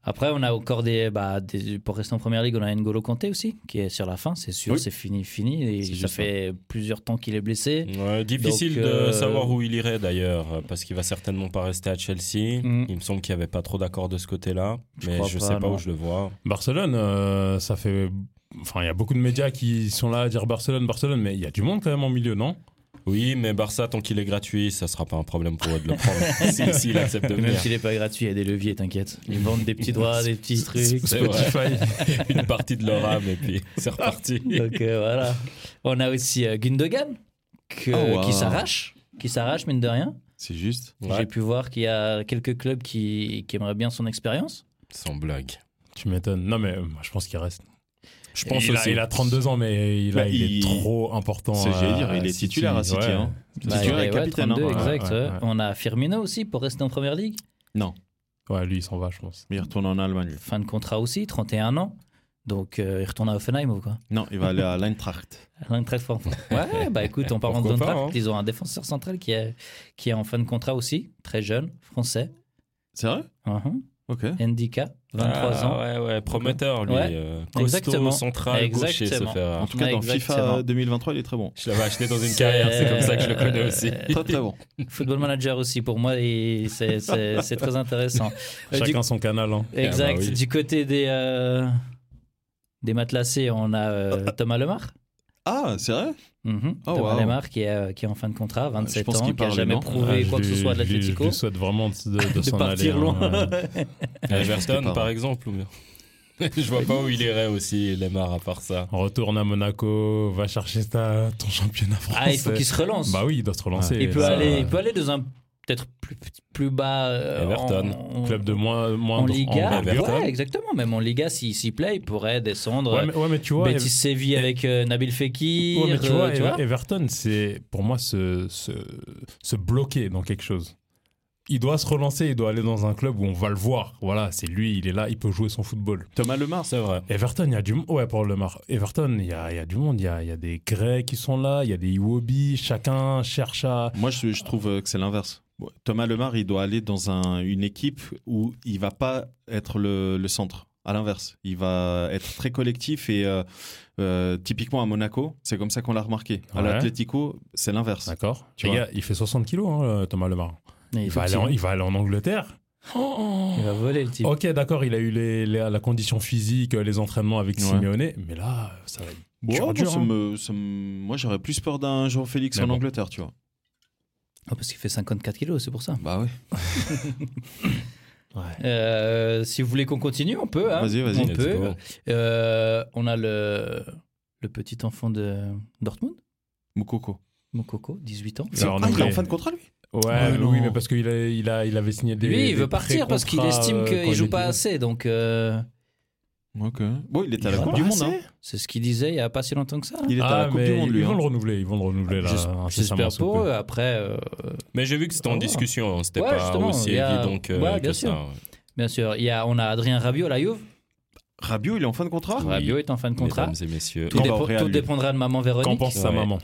S2: Après, on a encore des, bah, des- Pour rester en première ligue, on a N'Golo Kanté aussi, qui est sur la fin, c'est sûr,
S1: Oui.
S2: c'est fini, fini. Et
S1: C'est
S2: ça
S1: juste
S2: fait plusieurs temps qu'il est blessé.
S3: Ouais, difficile
S2: Donc,
S3: de
S2: euh,
S3: savoir où il irait d'ailleurs, euh, parce qu'il va certainement pas rester à Chelsea.
S2: Mm.
S3: Il me semble qu'il n'y avait pas trop d'accord de ce côté-là,
S2: Je
S3: mais
S2: crois
S3: je
S2: pas,
S3: sais pas
S2: non.
S3: où je le vois.
S4: Barcelone, euh, ça fait. Enfin, il y a beaucoup de médias qui sont là à dire Barcelone, Barcelone, mais il y a du monde quand même en milieu, non
S3: Oui, mais Barça, tant qu'il est gratuit, ça sera pas un problème pour eux de le prendre, si- s'il accepte de
S2: Même
S3: venir.
S2: s'il n'est pas gratuit, il y a des leviers, t'inquiète. Ils vendent des petits droits, des petits trucs.
S3: C'est vrai. Une partie de leur âme, et puis c'est reparti.
S2: Donc euh, voilà. On a aussi euh, Gundogan que-
S1: Oh, wow.
S2: qui s'arrache, qui s'arrache mine de rien.
S1: C'est juste.
S3: Ouais,
S2: J'ai pu voir qu'il y a quelques clubs qui, qui aimeraient bien son expérience.
S3: sans blague.
S4: Tu m'étonnes. Non, mais euh, moi, je pense qu'il reste.
S3: Je pense
S4: il,
S3: aussi.
S4: a, il a 32 ans, mais il, a-
S1: Bah,
S4: il
S1: il-
S4: est trop important.
S1: C'est j'allais
S4: à-
S1: dire, il est
S4: City.
S1: titulaire à City.
S4: Ouais.
S1: hein.
S2: Bah,
S1: Titulaire
S2: il
S1: et
S2: est, ouais,
S1: capitaine. hein.
S2: 32,
S4: Ouais,
S2: exact.
S4: ouais,
S2: ouais.
S4: ouais.
S2: On a Firmino aussi pour rester en première ligue.
S1: Non,
S4: Ouais, lui, il s'en va, je pense.
S1: mais il retourne en Allemagne. lui.
S2: Fin de contrat aussi, 31 ans. Donc euh, il retourne à Offenheim ou quoi
S1: Non, il va aller à l'Eintracht.
S2: L'Eintracht Francfort. Ouais, bah écoute, en parlant
S3: Pourquoi pas,
S2: d'Eintracht,
S3: hein.
S2: ils ont un défenseur central qui est, qui est en fin de contrat aussi, très jeune, français.
S1: C'est vrai
S2: Mhm.
S1: Ok.
S2: NDK, 23
S3: Ah,
S2: ans.
S3: Ouais, ouais, prometteur, lui.
S2: Ouais.
S3: euh, costaud,
S2: Exactement. ah,
S3: central, gaucher, ce
S2: Exactement.
S3: Ferrara.
S1: En tout cas,
S2: Ouais,
S1: dans
S2: exactement.
S1: FIFA 2023, il est très bon.
S3: Je l'avais acheté dans une
S2: C'est-
S3: carrière, c'est comme ça que je le connais aussi.
S2: Euh.
S1: Très très bon.
S2: Football Manager aussi pour moi et c'est- c'est c'est très intéressant. Euh, du-
S4: Chacun son canal. hein.
S2: exact.
S3: Ah bah oui.
S2: Du côté des euh, des matelassés, on a euh, Thomas Lemar.
S1: Ah, c'est vrai
S2: Mhm.
S1: Oh,
S2: Thomas
S1: wow.
S2: Lemar qui est euh, qui est en fin de contrat, 27
S1: pense
S2: ans,
S1: qu'il
S2: qui a
S1: parle,
S2: jamais
S1: non
S2: prouvé
S4: Ah,
S2: quoi que
S4: je
S2: ce
S4: lui-
S2: soit à
S4: je lui-
S2: l'Atlético.
S4: Je lui souhaite vraiment de, de
S2: De
S4: s'en aller.
S2: partir
S4: hein.
S2: loin.
S1: Ouais, je pense que
S3: Everton,
S1: pas.
S3: par exemple. ou bien- je vois pas où il irait aussi, Lemar, à part ça.
S4: Retourne à Monaco, va chercher ta, ton championnat français.
S2: Ah, il faut qu'il se relance.
S4: Bah oui, il doit se relancer.
S2: il peut
S4: Ça,
S2: aller, il peut aller dans un peut-être plus plus bas. euh,
S3: Everton.
S2: en- en-
S4: Club de moins, moins
S2: en Liga,
S4: envergure.
S2: ouais, exactement. Même en Liga, s'il s'y plaît, il pourrait descendre. euh,
S4: Ouais, mais, ouais, mais tu vois,
S2: Betis Séville avec euh, Nabil Fekir.
S4: Ouais, mais tu vois,
S2: euh, tu
S4: Ever-
S2: vois
S4: Everton, c'est pour moi se, se, se bloquer dans quelque chose. Il doit se relancer, il doit aller dans un club où on va le voir. Voilà, c'est lui, il est là, il peut jouer son football.
S1: Thomas Lemar.
S3: C'est vrai.
S4: Everton, il y a du monde. Ouais, pour le mar. Everton, il y a, il y a du monde. Il y a, il y a des Grecs qui sont là, il y a des Iwobi. Chacun cherche à.
S1: Moi, je, je trouve euh, que c'est l'inverse. Bon, Thomas Lemar, il doit aller dans un- une équipe où il va pas être le, le centre. À l'inverse, il va être très collectif et euh, euh, typiquement à Monaco, c'est comme ça qu'on l'a remarqué. À
S4: Ouais.
S1: l'Atlético, c'est l'inverse.
S4: D'accord
S1: Tu
S4: Les
S1: vois.
S4: gars, il fait 60 kilos, hein, Thomas Lemar.
S2: Mais
S4: Il,
S2: faut
S4: va aller
S2: qu'il-
S4: en, il va aller en Angleterre.
S2: Bah, il va voler le type.
S4: Oh. Ok, d'accord, il a eu les, les- la condition physique, euh, les entraînements avec
S1: Ouais.
S4: Simeone, mais là, ça va être.
S1: Bon,
S4: dur,
S1: moi,
S4: dur,
S1: ça
S4: hein.
S1: me- ça me- moi, j'aurais plus peur d'un Jean-Félix
S4: Mais
S1: en
S4: bon.
S1: Angleterre, tu vois.
S2: Ah, parce qu'il fait 54 kilos, c'est pour ça.
S1: Bah oui.
S2: Euh, si vous voulez qu'on continue, on peut. hein.
S1: Vas-y, vas-y.
S2: On
S3: Let's
S2: peut.
S3: go.
S2: Euh, on a le, le petit enfant de Dortmund,
S1: Moukoko.
S2: Mokoko, 18 ans.
S4: C'est- Alors, en
S1: ah, il est
S4: anglais.
S1: en fin de contrat, lui
S4: Ouais,
S2: Ouais,
S4: mais
S2: non.
S4: Ah oui, mais parce qu'il a, il a, il avait signé des.
S2: Lui,
S4: des
S2: il veut partir parce qu'il
S4: pré-contrats,
S2: estime
S4: euh,
S2: qu'il
S4: quand
S2: joue
S4: il
S2: pas
S4: était-
S2: assez. Donc, euh,
S1: Ok. Bon, il était à
S2: Il
S1: la
S2: va
S1: Coupe
S2: pas
S1: du Monde. hein.
S2: c'est ce qu'il disait il y a pas si longtemps que ça.
S1: Il était à
S4: Ah,
S1: la Coupe
S4: mais
S1: du Monde, lui.
S4: ils vont
S1: hein.
S4: le renouveler, ils vont le renouveler là.
S2: J'es-
S4: incessamment
S2: J'espère
S4: sous
S2: pour
S4: peu.
S2: eux. Après, euh,
S3: Mais j'ai vu que c'était
S2: Ah.
S3: en discussion, hein, c'était
S2: Ouais,
S3: pas
S2: justement,
S3: aussi
S2: il y a-
S3: évident que,
S2: Ouais, bien
S3: que
S2: sûr.
S3: ça. hein, ouais.
S2: Bien sûr, il y a, on a Adrien Rabiot à la Juve.
S1: Rabiot, il est en fin de contrat
S3: Oui.
S2: Rabiot est en fin de contrat.
S3: Mesdames et messieurs.
S2: Tout,
S1: Il va
S2: dépo-
S1: au Real,
S2: tout
S1: lui.
S2: dépendra de maman
S4: Qu'en
S2: Véronique.
S4: pense sa
S3: Ouais.
S4: maman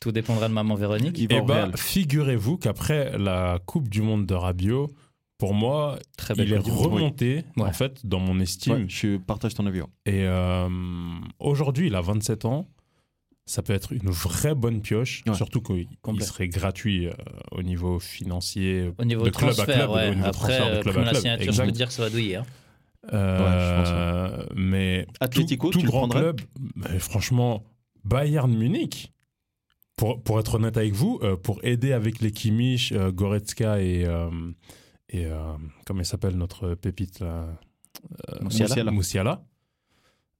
S2: Tout dépendra de maman Véronique.
S1: Il va
S4: Eh
S1: au
S4: bah,
S1: Real.
S4: figurez-vous qu'après la Coupe du Monde de Rabiot, pour moi,
S2: Très belle
S4: il est
S2: Coupe du Monde.
S4: remonté
S2: Oui.
S4: en
S2: Ouais.
S4: fait dans mon estime.
S1: Ouais, je partage ton avis. hein.
S4: Et euh, aujourd'hui, il a 27 ans. Ça peut être une vraie bonne pioche,
S1: Ouais.
S4: surtout qu'il
S2: Complet.
S4: serait gratuit euh, au niveau financier.
S2: Au niveau
S4: de club à
S2: transfert,
S4: club,
S2: ouais.
S4: au niveau
S2: après,
S4: transfert de
S2: euh,
S4: club à
S2: comme la
S4: club,
S2: signature, je
S4: exact.
S2: peux te dire que ça va douiller. hein.
S4: Euh, mais
S1: Atlético,
S4: tout, tout
S1: tu le
S4: grand
S1: prendrais
S4: club, mais franchement, Bayern Munich. Pour, pour être honnête avec vous, euh, pour aider avec les Kimmich, euh, Goretzka et, euh, et euh, comment il s'appelle notre pépite là Euh,
S1: Moussiala.
S4: Moussiala.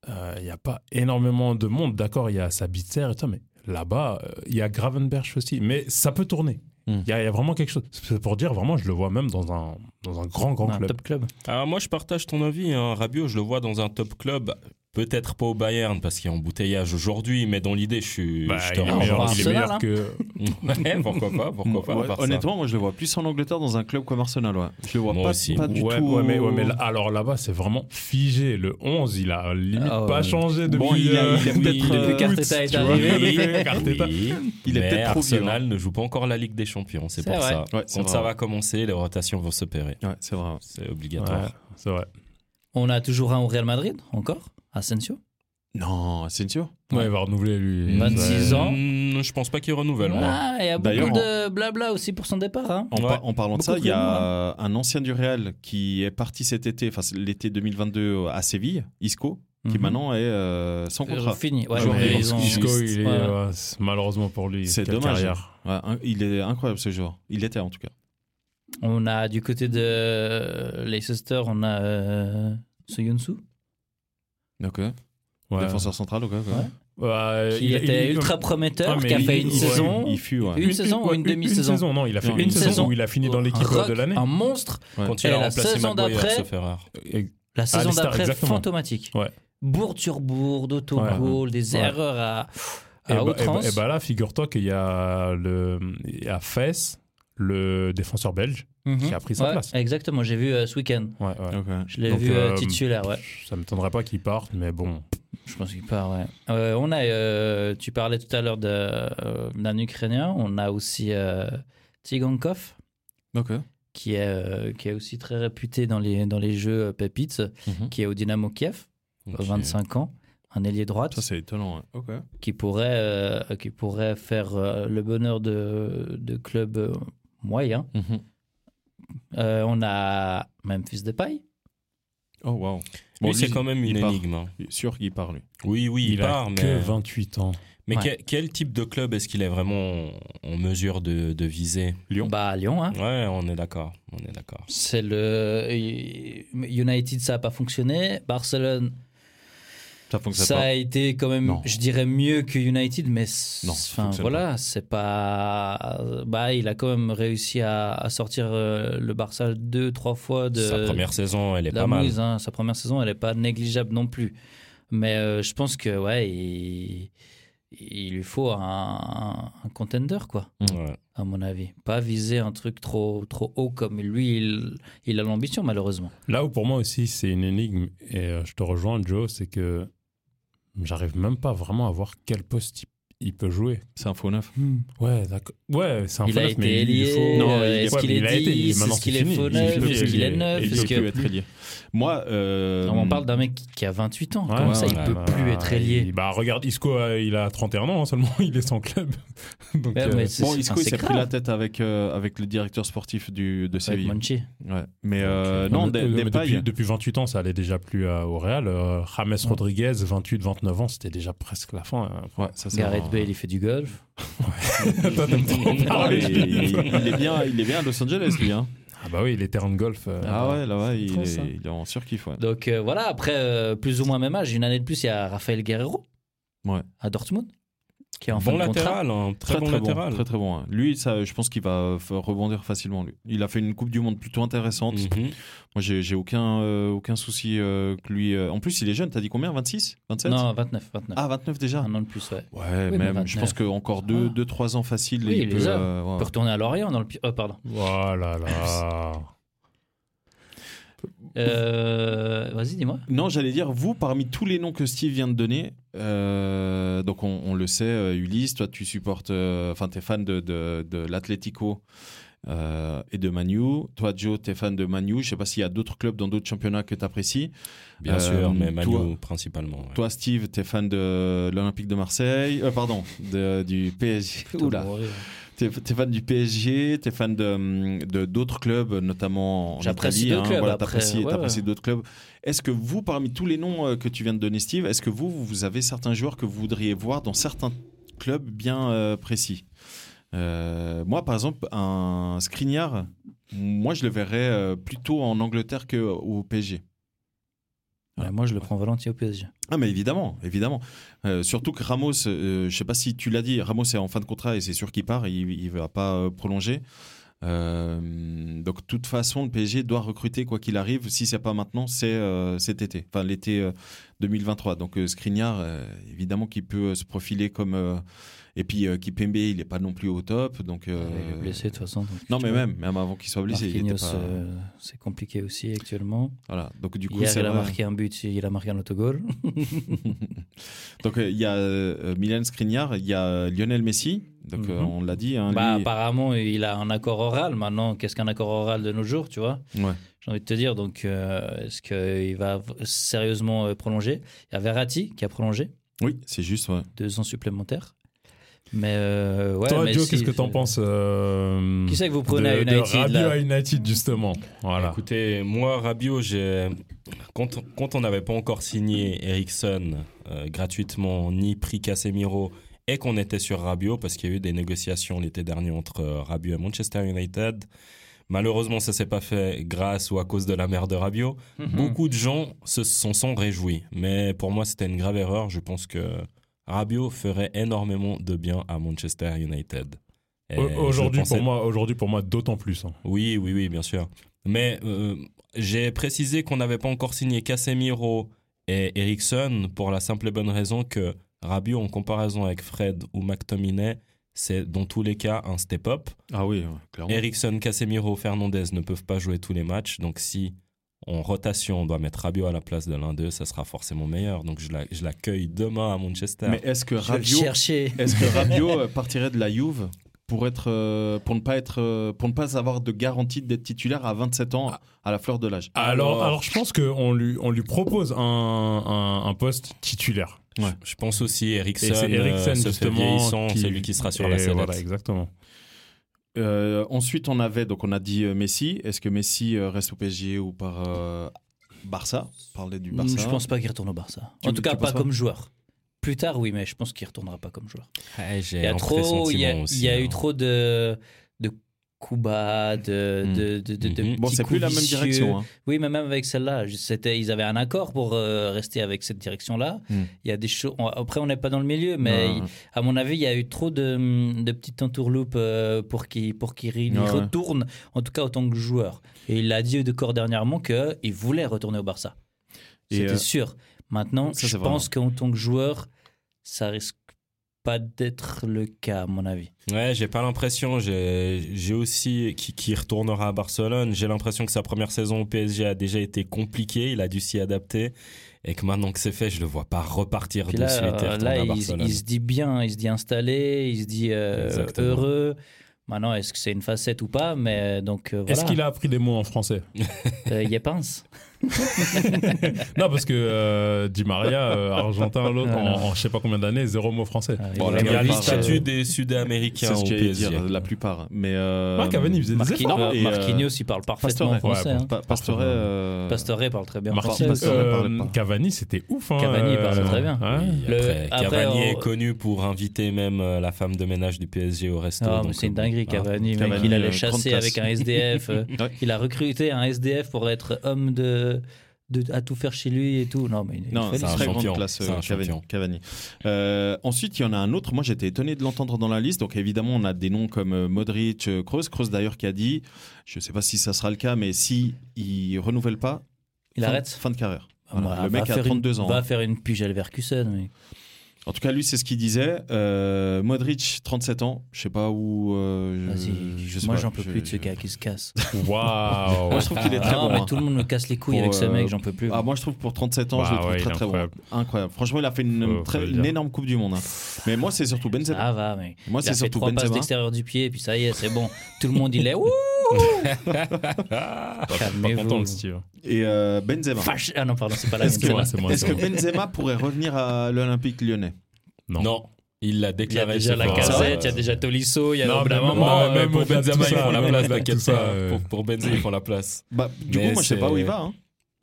S4: Euh, Il n'y a pas énormément de monde. D'accord, il y a Sabitzer et tout, mais là-bas, euh, il y a Gravenberch aussi. Mais ça peut tourner. Il
S1: Mm.
S4: y, a- il y a vraiment quelque chose. C'est pour dire, vraiment, je le vois même dans un, dans un grand, grand
S2: Un
S4: club.
S2: Ah, top club.
S3: Alors moi, je partage ton avis. Hein. Rabiot, je le vois dans un top club. Peut-être pas au Bayern parce qu'il y a embouteillage aujourd'hui, mais dans l'idée, je suis.
S4: Bah,
S3: je
S4: il
S3: te
S4: est
S2: rejoins.
S4: meilleur,
S3: rejoins.
S4: il est
S2: Arsenal,
S4: meilleur
S2: hein.
S4: que,
S3: Ouais, pourquoi pas, pourquoi pas. à
S1: Ouais,
S3: part ça.
S1: honnêtement, moi je le vois plus en Angleterre dans un club comme Arsenal. Ouais. Je le vois
S3: Moi
S1: pas,
S3: aussi.
S1: pas du
S4: ouais,
S1: tout.
S4: ouais, mais, ouais, mais là- alors là-bas, c'est vraiment figé. Le 11, il a limite
S2: Ah ouais.
S4: pas changé depuis.
S1: Bon, il a-
S4: euh,
S1: il a
S4: depuis
S1: peut-être,
S4: août,
S1: euh,
S2: Carteta est bah.
S4: tu vois.
S2: arrivé.
S4: Depuis Carteta.
S3: Oui,
S1: Il est
S3: mais
S1: peut-être trop vieux,
S3: Arsenal ne joue pas encore la Ligue des Champions, c'est
S2: C'est
S3: pour
S2: vrai.
S3: ça.
S1: Ouais, c'est
S3: Quand
S1: vrai.
S3: ça va commencer, les rotations vont se pérer.
S1: Ouais, c'est vrai.
S3: C'est
S4: Ouais,
S3: obligatoire.
S4: c'est vrai.
S2: On a toujours un au Real Madrid, encore, Asensio.
S1: Non, Asensio.
S4: Ouais, il va renouveler lui.
S2: 26
S4: Ouais.
S2: ans.
S3: Mm, Je pense pas qu'il
S4: Bah
S3: renouvelle. hein. moi.
S2: Ah, il y a beaucoup
S1: D'ailleurs,
S2: de blabla aussi pour son départ. hein.
S1: En,
S3: Ouais.
S1: par- en parlant de
S2: Beaucoup
S1: ça, il y
S2: plus
S1: a un ancien du Real qui est parti cet été, enfin c'est l'été 2022 à Séville, Isco, qui
S2: Mhm.
S1: maintenant est euh, sans contrat.
S2: Fini. Ouais,
S4: Ouais,
S1: Joueur
S2: mais
S4: Ah, mais
S1: de
S2: ils ont-
S4: Isco, il est,
S2: Ouais.
S4: ouais, c'est- malheureusement pour lui,
S1: C'est
S4: quelle
S1: dommage. hein,
S4: carrière.
S1: Ouais, un- il est incroyable ce joueur. Il était en tout cas.
S2: On a du côté de Leicester, on a euh, Soyuncu,
S1: Ok.
S4: Ouais.
S1: Défenseur central, ok. ok.
S2: Ouais.
S4: Ouais,
S2: qui
S4: il-
S2: était
S4: il-
S2: ultra prometteur,
S4: Ah, mais
S2: qui a
S4: il-
S2: fait une
S4: il-
S2: saison.
S1: Il fut, ouais.
S2: une saison ou une
S4: ouais,
S2: demi-saison
S4: Non, il a fait
S1: Non,
S4: une,
S1: une
S4: saison
S2: saison.
S4: où il a fini dans l'équipe
S2: Un roc,
S4: de l'année.
S2: Un monstre.
S3: Quand
S2: Et
S3: il a
S2: la
S3: remplacé
S2: saison
S3: Maguire,
S2: d'après-
S3: ce Ferrari.
S2: La saison
S4: Alistair,
S2: d'après,
S4: Ah, exactement.
S2: fantomatique.
S4: Ouais.
S2: Bourde sur bourde, autogol, des
S4: Ouais.
S2: erreurs à,
S4: Et
S2: à
S4: bah, et bah-
S2: outrance.
S4: et bah là, figure-toi qu'il y a le, il y a Fess, le défenseur belge,
S2: Mhm.
S4: qui a pris sa
S2: Ouais,
S4: place.
S2: Exactement, j'ai vu euh, ce week-end.
S4: Ouais, ouais.
S1: Ok.
S2: Je l'ai
S4: Donc,
S2: vu euh,
S4: euh,
S2: titulaire, ouais.
S4: Ça ne m'étonnerait pas qu'il parte, mais bon.
S2: Je pense qu'il part, ouais. Euh, on a, euh, tu parlais tout à l'heure de, euh, d'un Ukrainien, on a aussi euh, Tigankov,
S1: Ok.
S2: qui est, euh, qui est aussi très réputé dans les, dans les jeux euh, Pépites,
S1: Mhm.
S2: qui est au Dynamo Kiev,
S3: Ok.
S2: à 25 ans, un ailier droite,
S1: Ça, c'est étonnant. ouais. Ok.
S2: qui pourrait, euh, qui pourrait faire euh, le bonheur de, de clubs euh, moyens. Euh, on a Memphis Depay.
S1: Oh, waouh.
S3: lui, c'est quand même
S1: il
S3: une
S1: part.
S3: énigme. hein.
S1: Sûr qu'il part, lui.
S3: Oui, oui, il,
S4: il
S3: part,
S4: a
S3: mais.
S4: que 28 ans.
S3: Mais
S2: Ouais.
S3: que- quel type de club est-ce qu'il est vraiment en mesure de, de viser
S1: Lyon.
S2: Bah, à Lyon, hein.
S3: Ouais, on est d'accord. On est d'accord.
S2: C'est le United, ça n'a pas fonctionné. Barcelone,
S1: Ça fonctionne
S2: ça
S1: pas.
S2: a été quand même,
S1: Non.
S2: je dirais mieux que United, mais c-
S1: Non, ça
S2: enfin
S1: fonctionne
S2: voilà, c'est pas. Bah, il a quand même réussi à, à sortir euh, le Barça deux, trois fois de
S3: Sa première saison, elle est
S2: de
S3: pas
S2: la
S3: mal.
S2: mouise, hein. Sa première saison, elle est pas négligeable non plus. Mais euh, je pense que ouais, il, il lui faut un, un contender quoi
S3: Ouais.
S2: à mon avis. Pas viser un truc trop, trop haut comme lui, il, il a l'ambition malheureusement.
S4: Là où pour moi aussi c'est une énigme, et euh, je te rejoins Joe, c'est que j'arrive même pas vraiment à voir quel poste il, il peut jouer.
S1: C'est un faux neuf.
S4: Ouais, d'accord. Ouais, c'est un
S2: Il
S4: faux
S2: a
S4: neuf,
S2: été
S4: mais il- il
S2: ailier,
S4: faut- Non,
S2: euh,
S4: il est-
S2: est-ce
S4: ouais,
S2: qu'il
S4: mais
S2: est
S4: il a été,
S2: 10,
S4: maintenant,
S2: est-ce qu'il
S4: c'est
S2: est
S4: fini.
S2: faux
S4: Il
S2: neuf,
S4: est plus
S2: est-ce qu'il est
S4: ailier.
S2: neuf,
S4: Et
S1: Il
S2: Parce
S1: peut
S2: que-
S1: plus être lié. Moi, euh,
S2: on parle d'un mec qui- qui a 28 ans,
S4: Ouais,
S2: comme ça
S4: ouais,
S2: il peut
S4: bah,
S2: plus être lié.
S4: il- Bah regarde, Isco, euh, il a 31 ans hein, seulement, il est sans club. Donc,
S2: Ouais,
S4: euh,
S2: mais c'est-
S1: Bon,
S2: c'est-
S1: Isco,
S2: enfin,
S1: il
S2: c'est
S1: s'est pris
S2: grave.
S1: la tête avec, euh, avec le directeur sportif du, de
S2: Avec
S1: Séville.
S2: Monchi.
S1: Ouais. Mais euh,
S4: Ok.
S1: non,
S4: mais-
S1: des,
S4: mais
S1: des
S4: depuis,
S1: pailles.
S4: depuis 28 ans, ça allait déjà plus euh, au Real. Euh, James Rodriguez, 28, 29 ans, c'était déjà presque la fin. hein.
S1: Ouais, ça, c'est un-
S2: Gareth Bale, il fait du golf.
S4: Toi, t'aimes trop
S1: Ah,
S4: parler.
S1: mais il, il est bien, il est bien à Los Angeles, lui. Hein.
S4: Ah bah oui, les terrains de golf. euh,
S2: bah,
S1: Ah ouais, là-bas, il,
S4: trop,
S1: est-
S4: ça.
S1: il est en surkiff. Ouais.
S2: Donc euh, voilà, après, euh, plus ou moins même âge, une année de plus, il y a Rafael Guerrero
S1: Ouais.
S2: à Dortmund, qui est en fin
S3: Bon
S2: de contrat.
S3: latéral, hein. très, bon latéral.
S1: Très, très bon. hein. Lui, ça, je pense qu'il va f- rebondir facilement. Lui. Il a fait une Coupe du Monde plutôt intéressante.
S2: Mm.
S3: Mhm.
S1: Moi, j'ai j'ai aucun, euh, aucun souci euh, que lui. euh, En plus, il est jeune. T'as dit combien 26 27
S2: Non, 29, 29.
S1: Ah, 29 déjà
S2: Un an de plus, ouais.
S1: Ouais,
S2: Oui, mais
S1: même. Je
S2: 29.
S1: pense qu'encore 2-3
S2: Ah.
S1: ans facile.
S2: Oui,
S1: il
S2: il
S1: peut,
S2: les a.
S1: euh, ouais.
S2: On peut retourner à Lorient dans le... pi- Oh, pardon.
S4: Oh là là.
S2: Euh, Vas-y, dis-moi.
S1: Non, j'allais dire, vous, parmi tous les noms que Steve vient de donner, euh, donc on, on le sait, euh, Ulysse, toi tu supportes, euh, enfin t'es fan de, de, de l'Atlético euh, et de Manu. Toi, Joe, t'es fan de Manu. Je sais pas s'il y a d'autres clubs dans d'autres championnats que t'apprécies.
S3: Bien
S1: Euh,
S3: sûr, mais Manu
S1: toi-
S3: principalement. ouais.
S1: Toi, Steve, t'es fan de l'Olympique de Marseille, euh, pardon, de- du PSG. Oula. T'es t'es fan du PSG, t'es fan de hum, de- d'autres clubs, notamment en
S2: J'apprécie
S1: Italie. hein,
S2: d'autres clubs,
S1: voilà,
S2: après,
S1: t'apprécies
S2: ouais,
S1: t'apprécies
S2: ouais.
S1: d'autres clubs. Est-ce que vous, parmi tous les noms euh, que tu viens de donner, Steve, est-ce que vous, vous- vous avez certains joueurs que vous voudriez voir dans certains clubs bien euh, précis Euh, Moi, par exemple, un Skriniar, moi, je le verrais euh, plutôt en Angleterre qu'au PSG.
S2: Ouais, moi, je le prends volontiers au PSG.
S1: Ah mais évidemment, évidemment. Euh, surtout que Ramos, euh, je sais pas si tu l'as dit, Ramos est en fin de contrat et c'est sûr qu'il part, il, il va pas euh, prolonger. Euh, donc de toute façon, le PSG doit recruter quoi qu'il arrive. Si c'est pas maintenant, c'est euh, cet été, enfin l'été euh, 2023. Donc euh, Skriniar, euh, évidemment, qui peut euh, se profiler comme euh, et puis euh, Kipembe, il est pas non plus au top. Donc euh,
S2: Il est blessé, de toute façon. donc,
S1: Non
S2: tu
S1: mais
S2: vois.
S1: même, même avant qu'il soit blessé, il était
S2: Marquinhos,
S1: pas-
S2: euh, c'est compliqué aussi actuellement.
S1: voilà. Donc du coup,
S2: Hier,
S1: c'est
S2: il a
S1: vrai.
S2: marqué un but, il a marqué un autogol.
S1: Donc euh, il y a euh, Milan Skriniar, il y a euh, Lionel Messi. Donc euh,
S2: Mhm.
S1: on l'a dit. Hein,
S2: Bah,
S1: lui-
S2: apparemment, il a un accord oral. Maintenant, qu'est-ce qu'un accord oral de nos jours, tu vois
S1: Ouais.
S2: J'ai envie de te dire, donc, euh, est-ce qu'il va v- sérieusement euh, prolonger Il y a Verratti qui a prolongé,
S1: Oui, c'est juste. ouais.
S2: deux ans supplémentaires. Mais euh, ouais,
S4: Toi,
S2: mais
S4: Joe,
S2: si-
S4: qu'est-ce que t'en penses euh,
S2: Qui c'est que vous prenez à
S4: de- de
S2: United,
S4: Rabiot
S2: là
S4: à United, justement. Voilà.
S3: Écoutez, moi, Rabiot, j'ai... Quand, quand on n'avait pas encore signé Ericsson euh, gratuitement, ni pris Casemiro, et qu'on était sur Rabiot, parce qu'il y a eu des négociations l'été dernier entre euh, Rabiot et Manchester United, malheureusement, ça s'est pas fait grâce ou à cause de la mère de Rabiot.
S4: Mhm.
S3: Beaucoup de gens se s'en sont réjouis, mais pour moi, c'était une grave erreur. Je pense que Rabiot ferait énormément de bien à Manchester United. Et
S4: Au-
S2: eh,
S3: je
S4: Aujourd'hui,
S3: pensais
S4: pour moi, aujourd'hui, pour moi, d'autant plus. hein.
S3: oui, oui, oui, bien sûr. Mais euh, j'ai précisé qu'on n'avait pas encore signé Casemiro et Eriksson pour la simple et bonne raison que Rabiot, en comparaison avec Fred ou McTominay, c'est dans tous les cas un step-up.
S1: Ah oui, ouais, clairement.
S3: Eriksson, Casemiro, Fernandez ne peuvent pas jouer tous les matchs. Donc si en rotation, on doit mettre Rabiot à la place de l'un d'eux, ça sera forcément meilleur. Donc je la- je l'accueille demain à Manchester.
S1: Mais est-ce que
S2: euh, Je vais le
S1: Rabiot,
S2: chercher.
S1: est-ce que Rabiot euh, partirait de la Juve pour, être, euh, pour, ne pas être, euh, pour ne pas avoir de garantie d'être titulaire à 27 ans, à la fleur de l'âge.
S4: Alors, alors je pense qu'on lui, on lui propose un, un, un poste titulaire.
S3: Je pense aussi
S4: Et
S3: Eriksen,
S4: c'est Eriksen,
S3: euh, se fait
S4: justement,
S3: vieillissant,
S4: qui-
S3: c'est lui qui sera sur
S4: Et
S3: la sellette.
S4: Voilà, exactement.
S1: Euh, ensuite, on avait, donc on a dit euh, Messi. Est-ce que Messi euh, reste au PSG ou par euh, Barça On parlait du Barça.
S2: Hmm, Je pense pas qu'il retourne au Barça.
S1: Tu-
S2: en tout
S1: tu
S2: cas,
S1: penses
S2: pas
S1: pas
S2: comme joueur. Plus tard, oui, mais je pense qu'il retournera pas comme joueur.
S3: Ouais, j'ai
S2: Il y a
S3: un
S2: trop, il y a,
S3: pressentiment aussi,
S2: il y a
S3: hein.
S2: eu trop de de coups bas, de
S3: Mm.
S2: de de, de, de
S3: Mhm.
S1: Mm-hmm. Bon,
S2: petits
S1: c'est plus
S2: coups
S1: la même
S2: vicieux.
S1: direction. hein.
S2: Oui, mais même avec celle-là, je- c'était, ils avaient un accord pour euh, rester avec cette direction-là.
S1: Mm.
S2: Il y a des choses. on- Après, on n'est pas dans le milieu, mais
S1: Ouais,
S2: il-
S1: ouais.
S2: à mon avis, il y a eu trop de, de petites entourloupes euh, pour qu'il pour qu'il y
S1: Ouais.
S2: retourne, en tout cas en tant que joueur. Et il a dit de corps dernièrement que il voulait retourner au Barça.
S1: Et,
S2: C'était
S1: euh,
S2: sûr. Maintenant,
S1: ça,
S2: je
S1: c'est vraiment.
S2: pense qu'en tant que joueur, ça risque pas d'être le cas, à mon avis.
S3: Ouais, j'ai pas l'impression. J'ai j'ai aussi qui, qui retournera à Barcelone. J'ai l'impression que sa première saison au PSG a déjà été compliquée. Il a dû s'y adapter et que maintenant que c'est fait, je le vois pas repartir
S2: Puis
S3: de suite et
S2: là, euh,
S3: retourner
S2: là
S3: à
S2: il,
S3: Barcelone.
S2: il se dit bien, il se dit installé, il se dit euh,
S3: Exactement.
S2: heureux. Maintenant, est-ce que c'est une facette ou pas Mais donc euh,
S4: Est-ce
S2: voilà.
S4: qu'il a appris des mots en français
S2: Euh, il y a pince.
S4: Non, parce que euh, Di Maria, euh, argentin, l'autre,
S2: Ah,
S4: en,
S2: non.
S4: en je sais pas combien d'années, zéro mot français.
S2: Euh,
S1: Bon,
S2: il
S1: la
S3: Il y a
S2: aime
S3: le
S1: plupart,
S2: pas,
S1: statue
S2: euh,
S3: statut des Sud-Américains
S1: C'est
S3: au
S1: ce que j'allais
S3: PSG.
S1: dire, la plupart. Mais. euh,
S4: Ouais, Cavani, il faisait des
S1: Marquinhos,
S4: efforts.
S1: Non, et, euh,
S2: Marquinhos, il parle parfaitement
S1: Pastore,
S2: en français.
S4: ouais,
S2: hein.
S1: Pa- Pastore. euh,
S2: Pastore parle très bien
S1: Marquinhos,
S2: français. aussi.
S1: euh,
S4: Euh,
S1: parlait pas.
S4: Cavani, c'était ouf. Hein,
S2: Cavani, il parlait très bien.
S4: hein.
S3: Oui,
S2: Le-
S3: après,
S2: après, oh,
S3: Cavani
S2: on-
S3: est connu pour inviter même euh, la femme de ménage du PSG au resto.
S2: Ah, mais
S3: donc,
S2: c'est une
S3: bon,
S2: dinguerie,
S3: hein.
S2: Cavani. mec.
S1: Cavani,
S2: il
S1: euh,
S2: allait
S1: grande
S2: chasser
S1: classe.
S2: avec un SDF. euh,
S1: Ouais.
S2: Il a recruté un SDF pour être homme de, de à tout faire chez lui et tout. Non, mais il-
S1: Non,
S2: il fait
S1: c'est
S3: un
S1: une très grande
S3: champion.
S1: classe, euh,
S3: C'est un
S1: Cavani.
S3: champion.
S1: Cavani. Euh, ensuite, il y en a un autre. Moi, j'étais étonné de l'entendre dans la liste. Donc, évidemment, on a des noms comme euh, Modric, euh, Kroos. Kroos, d'ailleurs, qui a dit, je ne sais pas si ça sera le cas, mais si il renouvelle pas,
S2: il
S1: fin-
S2: arrête.
S1: Fin de carrière. Voilà,
S2: Bah,
S1: le
S2: va
S1: mec a
S2: faire une-
S1: 32 ans.
S2: Va
S1: hein.
S2: faire une pige à Leverkusen. mais-
S1: En tout cas, lui, c'est ce qu'il disait. Euh, Modric, 37 ans. Je sais pas où. euh,
S2: Vas-y.
S1: je- je sais
S2: Moi,
S1: pas.
S2: j'en peux
S1: Je-
S2: plus de
S1: je-
S2: ce gars qui se casse.
S4: Waouh.
S1: Moi, je trouve qu'il est
S2: Ah,
S1: très
S2: non,
S1: bon.
S2: mais
S1: hein.
S2: tout le monde me casse les couilles
S1: Pour,
S2: avec ce
S1: euh,
S2: mec, j'en peux plus.
S1: Ah, moi, je trouve pour 37 ans, je le
S4: Bah
S1: trouve
S4: ouais, il
S1: très
S4: est
S1: très
S4: incroyable.
S1: bon. Incroyable. Franchement, il a fait une,
S4: Faut-
S1: très-
S4: faut le
S1: une
S4: dire. Ah.
S1: énorme Coupe du Monde. hein. Mais moi, c'est surtout Benzema.
S2: ça Ah, va, mais.
S1: Moi,
S2: Il a
S1: c'est
S2: fait
S1: surtout
S2: trois passes
S1: Benzema.
S2: d'extérieur du pied, puis ça y est, c'est bon. Tout le monde, il est. Ouh
S4: Pas
S2: Calmez-vous.
S4: content, le Steve.
S1: Et euh, Benzema.
S2: Fâche- Ah non, pardon, c'est pas la même.
S4: Est-ce que,
S2: c'est
S4: ouais,
S2: la-
S4: c'est moi,
S1: Est-ce
S4: c'est
S1: que
S4: moi.
S1: Benzema pourrait revenir à l'Olympique lyonnais
S4: Non.
S3: Non, il l'a
S2: Il y a
S3: déclaré.
S2: déjà
S3: ce
S2: la
S3: soir.
S2: casette,
S3: Euh,
S2: il y a déjà Tolisso, il y a
S4: Non,
S2: au bout d'un
S4: mais
S2: moment,
S4: maman,
S2: euh,
S4: même
S3: pour
S4: au-delà de
S3: Benzema,
S4: tout
S3: ils
S4: ça,
S3: font la
S4: même au-delà
S3: place,
S4: de
S3: t'inquiète
S4: tout ça,
S3: pas. hein.
S4: euh.
S3: Pour, pour Benzema, ils font la place.
S1: bah, Du
S3: Mais
S1: coup, moi, je sais
S3: c'est-
S1: pas où il va. hein.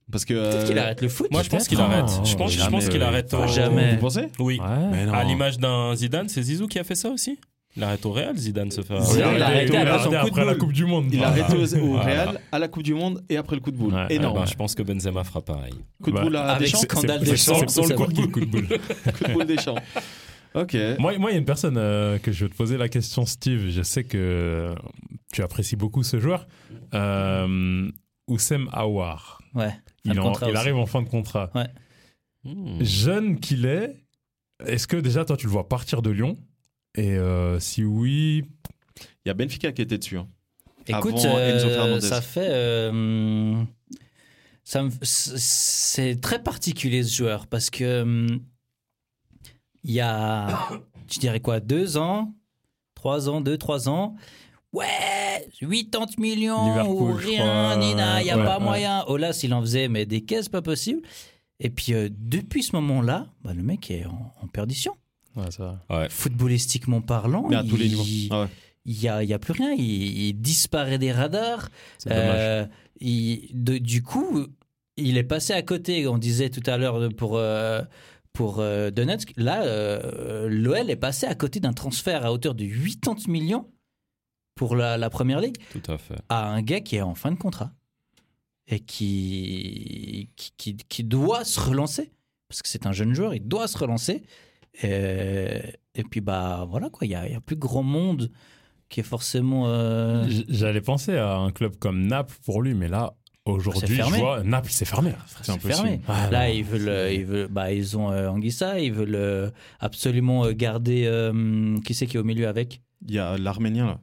S1: Parce que.
S2: Peut-être qu'il
S1: euh,
S2: arrête le foot.
S3: Moi, je pense
S2: peut-être.
S3: qu'il arrête.
S4: Ah,
S3: Je pense, je
S4: jamais,
S3: pense qu'il
S4: euh,
S3: arrête au...
S2: jamais.
S1: Vous pensez
S3: Oui.
S4: Ouais.
S1: Mais non.
S3: À l'image d'un Zidane, c'est Zizou qui a fait ça aussi. Il arrête au Real, Zidane se fait.
S4: Il
S2: Zidane,
S4: a
S2: il a
S4: arrêté,
S2: arrêté
S4: il a
S2: après
S4: arrêté
S2: son coup de
S4: après la
S2: boule.
S4: Coupe du Monde.
S1: Il a
S4: Voilà.
S1: arrêté au, au
S3: Voilà.
S1: Real, à la Coupe du Monde et après le coup de boule.
S4: Ah. Ouais, ouais,
S1: Énorme.
S3: Eh ben, je pense que Benzema fera pareil.
S1: Coup de
S4: Bah,
S1: boule à
S2: avec
S1: Deschamps.
S2: ce scandale
S4: C'est-
S2: des
S4: c'est-
S2: champs.
S4: c'est sans le
S2: ça va.
S4: coup de boule, coup de boule.
S1: Coup de boule Deschamps. Ok.
S4: Moi, moi, il y a une personne euh, que je vais te poser la question, Steve. Je sais que tu apprécies beaucoup ce joueur. Euh, Oussem Aouar.
S2: Ouais.
S4: Il,
S2: de
S4: en-
S2: contrat
S4: il
S2: aussi.
S4: arrive en fin de contrat.
S3: Hmm.
S4: Jeune qu'il est, est-ce que déjà, toi, tu le vois partir de Lyon Et euh, si oui,
S1: Il y a Benfica qui était dessus. hein.
S2: Écoute,
S1: Avant Enzo
S2: euh,
S1: Fernandez.
S2: ça fait. euh, ça me- c'est- c'est très particulier ce joueur parce que hum, il y a, je dirais quoi, deux ans, trois ans, deux, trois ans. Ouais, 80 millions ou
S4: Liverpool, je
S2: rien,
S4: crois,
S2: Nina, il n'y a
S4: ouais,
S2: pas
S4: ouais.
S2: moyen. Olas, il en faisait, mais des caisses, pas possible. Et puis, euh, depuis ce moment-là, bah, le mec est en, en perdition.
S4: ouais, ça va.
S2: Footballistiquement parlant,
S1: Mais à tous les
S2: il-
S1: niveaux. Ah ouais.
S2: il n'y a, il y a plus rien. Il, il disparaît des radars.
S4: c'est dommage.
S2: Euh, il- de- du coup, il est passé à côté. On disait tout à l'heure de- pour, euh, pour euh, Donetsk. Là, euh, l'OL est passé à côté d'un transfert à hauteur de 80 millions pour la, la Première Ligue
S3: Tout à fait.
S2: à un gars qui est en fin de contrat et qui, qui, qui- qui doit se relancer. Parce que c'est un jeune joueur, il doit se relancer. Et, et puis, bah voilà, quoi. Il n'y a, il y a plus grand monde qui est forcément. euh,
S4: J- J'allais penser à un club comme Naples pour lui, mais là,
S2: C'est
S4: aujourd'hui, je
S2: fermé.
S4: vois Naples, c'est fermé.
S2: C'est fermé.
S4: Ah,
S2: Là,
S4: non.
S2: ils veulent, euh, ils veulent, bah, ils ont euh, Anguissa, ils veulent euh, absolument euh, garder. euh, qui c'est qui est au milieu avec
S1: Il y a l'Arménien là.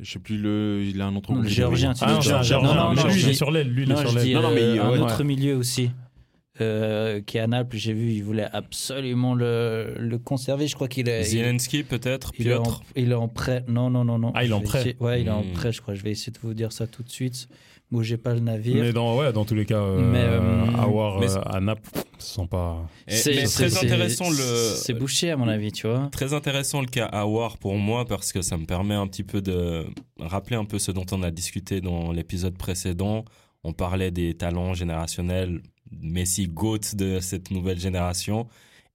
S1: Je sais plus le. Il a un autre.
S2: Non, le
S1: compliqué.
S2: Géorgien, tu
S4: Ah non,
S2: dis
S4: c'est un
S2: Géorgien.
S4: Géorgien.
S2: Non, non,
S4: Mais
S2: non,
S4: lui,
S2: je
S4: il est
S2: dis-
S4: sur l'aile. Lui, il est
S2: Non,
S4: sur
S2: je
S4: l'aile.
S2: dis
S1: Non, non, mais
S2: euh,
S1: il-
S2: un
S1: ouais.
S2: autre milieu aussi. euh, qui est à Naples, j'ai vu, il voulait absolument le, le conserver. Je crois qu'il est. il-
S3: Zelensky peut-être,
S2: Il est, en,
S3: Piotr.
S2: il est en prêt. Non, non, non, non.
S4: Ah, il est en
S2: Je vais
S4: prêt.
S2: essayer- Ouais, il est en
S3: Hmm.
S2: prêt, je crois. Je vais essayer de vous dire ça tout de suite. Bougez pas le navire.
S4: Mais dans, ouais, dans tous les cas, euh,
S2: Mais, euh,
S4: avoir
S3: mais-
S4: euh, à Naples, ce sont pas.
S3: Et- Eh, mais très intéressant le
S2: C'est bouché, à mon avis, tu vois.
S3: Très intéressant le cas Awar pour moi parce que ça me permet un petit peu de rappeler un peu ce dont on a discuté dans l'épisode précédent. On parlait des talents générationnels, Messi GOAT de cette nouvelle génération.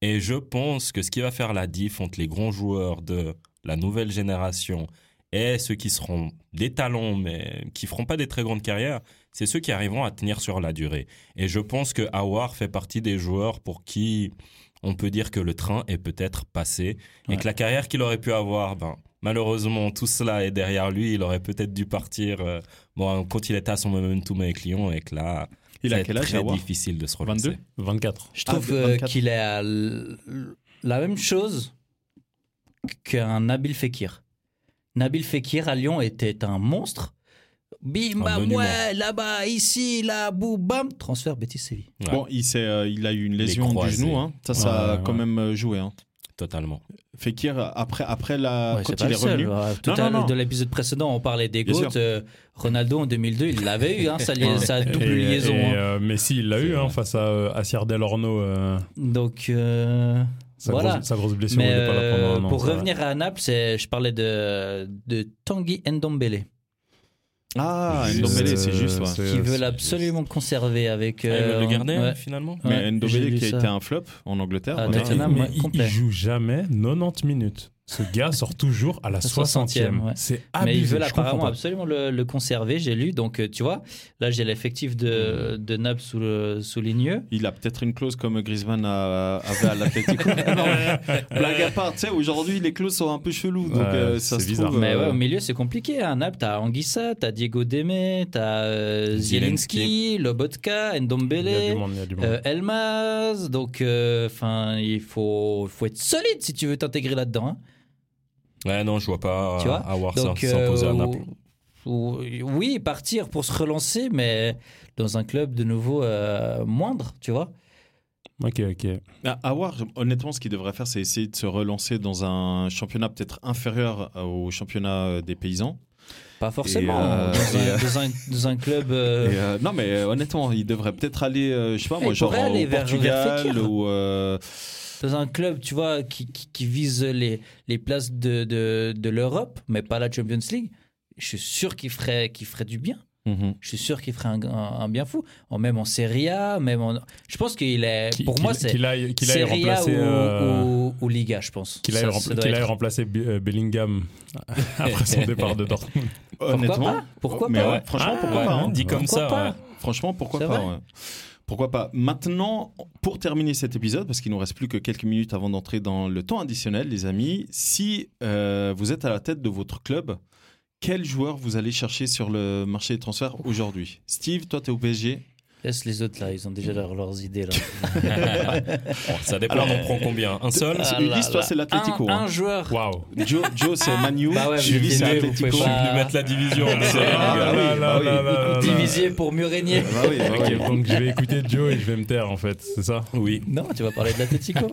S3: Et je pense que ce qui va faire la diff entre les grands joueurs de la nouvelle génération et ceux qui seront des talents mais qui feront pas des très grandes carrières, c'est ceux qui arriveront à tenir sur la durée. Et je pense que Awar fait partie des joueurs pour qui on peut dire que le train est peut-être passé et
S2: Ouais.
S3: que la carrière qu'il aurait pu avoir, ben, malheureusement, tout cela est derrière lui. Il aurait peut-être dû partir euh, bon, quand il était à son momentum avec Lyon et que là,
S1: Il
S3: ça va
S1: a
S3: être
S1: quel âge
S3: très
S1: Awar
S3: difficile de se relancer.
S1: 22
S4: 24.
S2: Je trouve
S1: Ah,
S2: euh,
S1: 24.
S2: qu'il est à l- la même chose qu'un Nabil Fekir. Nabil Fekir à Lyon était un monstre. Bim,
S3: Un
S2: bam,
S3: monument.
S2: ouais, là-bas, ici, là, boum, bam. Transfert Betis Séville.
S3: Ouais,
S1: Bon, il, s'est, euh, il a eu une lésion du
S3: croisés.
S1: genou. hein. Ça, ça a
S4: Ouais,
S1: quand
S4: ouais.
S1: même euh, joué. Hein.
S3: Totalement.
S1: Fekir, après, après la,
S2: Ouais, c'est
S1: quand
S2: pas
S1: il
S2: le
S1: est revenu.
S2: seul. hein. Ouais, tout
S1: Non,
S2: à
S1: non,
S2: l'heure
S1: non.
S2: De l'épisode précédent, on parlait des
S1: Bien
S2: GOAT. euh, Ronaldo en 2002, il l'avait eu, hein, sa, li- sa double
S4: Et-
S2: liaison.
S4: et,
S2: hein.
S4: euh, Messi, il l'a
S3: C'est
S4: eu hein,
S3: vrai.
S4: face à, euh, à Sierre Del Orno. euh,
S2: Donc, euh,
S4: sa,
S2: Voilà.
S4: grosse, sa grosse blessure,
S2: mais
S4: il est pas là
S2: euh,
S4: pendant un an,
S2: pour
S4: ça, ouais.
S2: revenir à Naples, c'est- je parlais de, de Tanguy Ndombele.
S1: Ah,
S3: Juste,
S1: Ndombele, c'est
S4: euh,
S1: juste. ouais.
S4: c'est-
S2: qui
S4: euh,
S2: veulent
S4: c'est-
S2: absolument conserver avec.
S3: Ah, ils veulent
S2: euh,
S3: le garder
S2: ouais.
S3: finalement
S2: Ouais,
S1: hein. Mais
S2: j'ai
S1: Ndombele
S2: lu
S1: qui a
S2: ça.
S1: été un flop en Angleterre.
S2: Ah,
S1: on a-
S4: Mais,
S2: Tottenham,
S4: mais
S2: ouais,
S4: il,
S2: complet.
S4: il joue jamais 90 minutes. Ce gars sort toujours à la
S2: 60e,
S4: 60e.
S2: ouais.
S4: C'est
S2: Ah, Mais
S4: abusé.
S2: ils veulent
S4: je comprends
S2: apparemment
S4: pas.
S2: absolument le, le conserver, j'ai lu. Donc, euh, tu vois, là, j'ai l'effectif de,
S1: Mm.
S2: de Naples sous le, souligneux.
S1: Il a peut-être une clause comme Griezmann a- avait à l'Atlético. Non, mais Blague à part, tu sais, aujourd'hui les clauses sont un peu cheloues, donc
S4: Ouais,
S1: euh, ça
S4: c'est
S1: se
S4: bizarre.
S1: trouve.
S2: Mais ouais,
S1: euh,
S2: au milieu, c'est compliqué. Hein. Naples, t'as Anguissa, t'as Diego Deme, t'as euh,
S3: Zielinski.
S2: Zielinski, Lobotka,
S4: Il y a du
S2: Ndombele,
S4: monde, il y a du monde.
S2: euh, Elmas. Donc, euh, enfin, il faut, faut être solide si tu veux t'intégrer là-dedans. hein.
S3: Ouais, non, je vois pas euh,
S2: Tu vois
S3: Awar
S2: Donc,
S3: s'imposer
S2: euh,
S3: à Naples.
S2: ou- oui, partir pour se relancer, mais dans un club de nouveau euh, moindre, tu vois.
S4: Ok, ok.
S1: Ah, Awar, honnêtement, ce qu'il devrait faire, c'est essayer de se relancer dans un championnat peut-être inférieur au championnat euh, des paysans.
S2: Pas forcément. hein.
S1: euh,
S2: dans,
S1: et,
S2: un, dans un- dans un club. euh,
S1: Et, euh, non, mais euh, honnêtement, il devrait peut-être aller, euh, je sais pas
S2: Il
S1: moi, genre
S2: pourrait
S1: au
S2: aller vers- vers
S1: Portugal
S2: Fekir.
S1: ou. euh,
S2: dans un club, tu vois, qui, qui, qui vise les, les places de, de, de l'Europe, mais pas la Champions League, je suis sûr qu'il ferait, qu'il ferait du bien.
S1: mhm.
S2: Je suis sûr qu'il ferait un, un- un bien fou. En- même en Serie A, même en... Je pense qu'il est...
S4: Qui-
S2: pour
S4: qu'il-
S2: moi, c'est
S4: Qu'il aille, qu'il aille
S2: Serie A
S4: remplacer.
S2: ou,
S4: euh,
S2: ou- ou Liga, je pense.
S4: Qu'il aille,
S2: Ça,
S4: rempla-
S2: ça doit
S4: qu'il
S2: être-
S4: aille remplacer Be- euh, Bellingham après son départ de Dortmund.
S2: Pourquoi
S1: Honnêtement.
S2: pas Pourquoi
S1: mais
S2: pas
S1: ouais, franchement,
S4: Ah,
S1: pourquoi
S4: ouais.
S1: pas hein.
S3: Dit comme
S2: Pourquoi
S3: ça,
S2: pas
S3: ouais.
S1: Franchement, pourquoi
S2: C'est
S1: pas
S2: vrai.
S1: ouais. Pourquoi pas Maintenant, pour terminer cet épisode, parce qu'il nous reste plus que quelques minutes avant d'entrer dans le temps additionnel, les amis, si euh, vous êtes à la tête de votre club, quel joueur vous allez chercher sur le marché des transferts aujourd'hui Steve, toi, tu es au PSG
S2: Laisse les autres là, ils ont déjà leur- leurs idées là.
S3: Bon, ça dépend, on prend combien Un seul
S1: Ah, Ulysse, toi, c'est l'Atlético,
S2: Un,
S1: hein.
S2: un joueur.
S4: Waouh.
S1: Joe, Joe c'est Manu,
S2: Bah ouais,
S1: Julie,
S2: vous
S1: c'est
S2: venez, vous
S1: Atlético.
S2: pouvez pas-
S3: De mettre la division. tu sais, les
S4: Ah,
S3: gars.
S1: oui, bah
S4: là, là,
S1: oui.
S4: là, là, là.
S2: Divisé pour mieux régner.
S1: Bah oui, bah oui.
S4: Ok, donc je vais écouter Joe et je vais me taire en fait, c'est ça
S3: Oui.
S2: Non, tu vas parler de l'Atletico.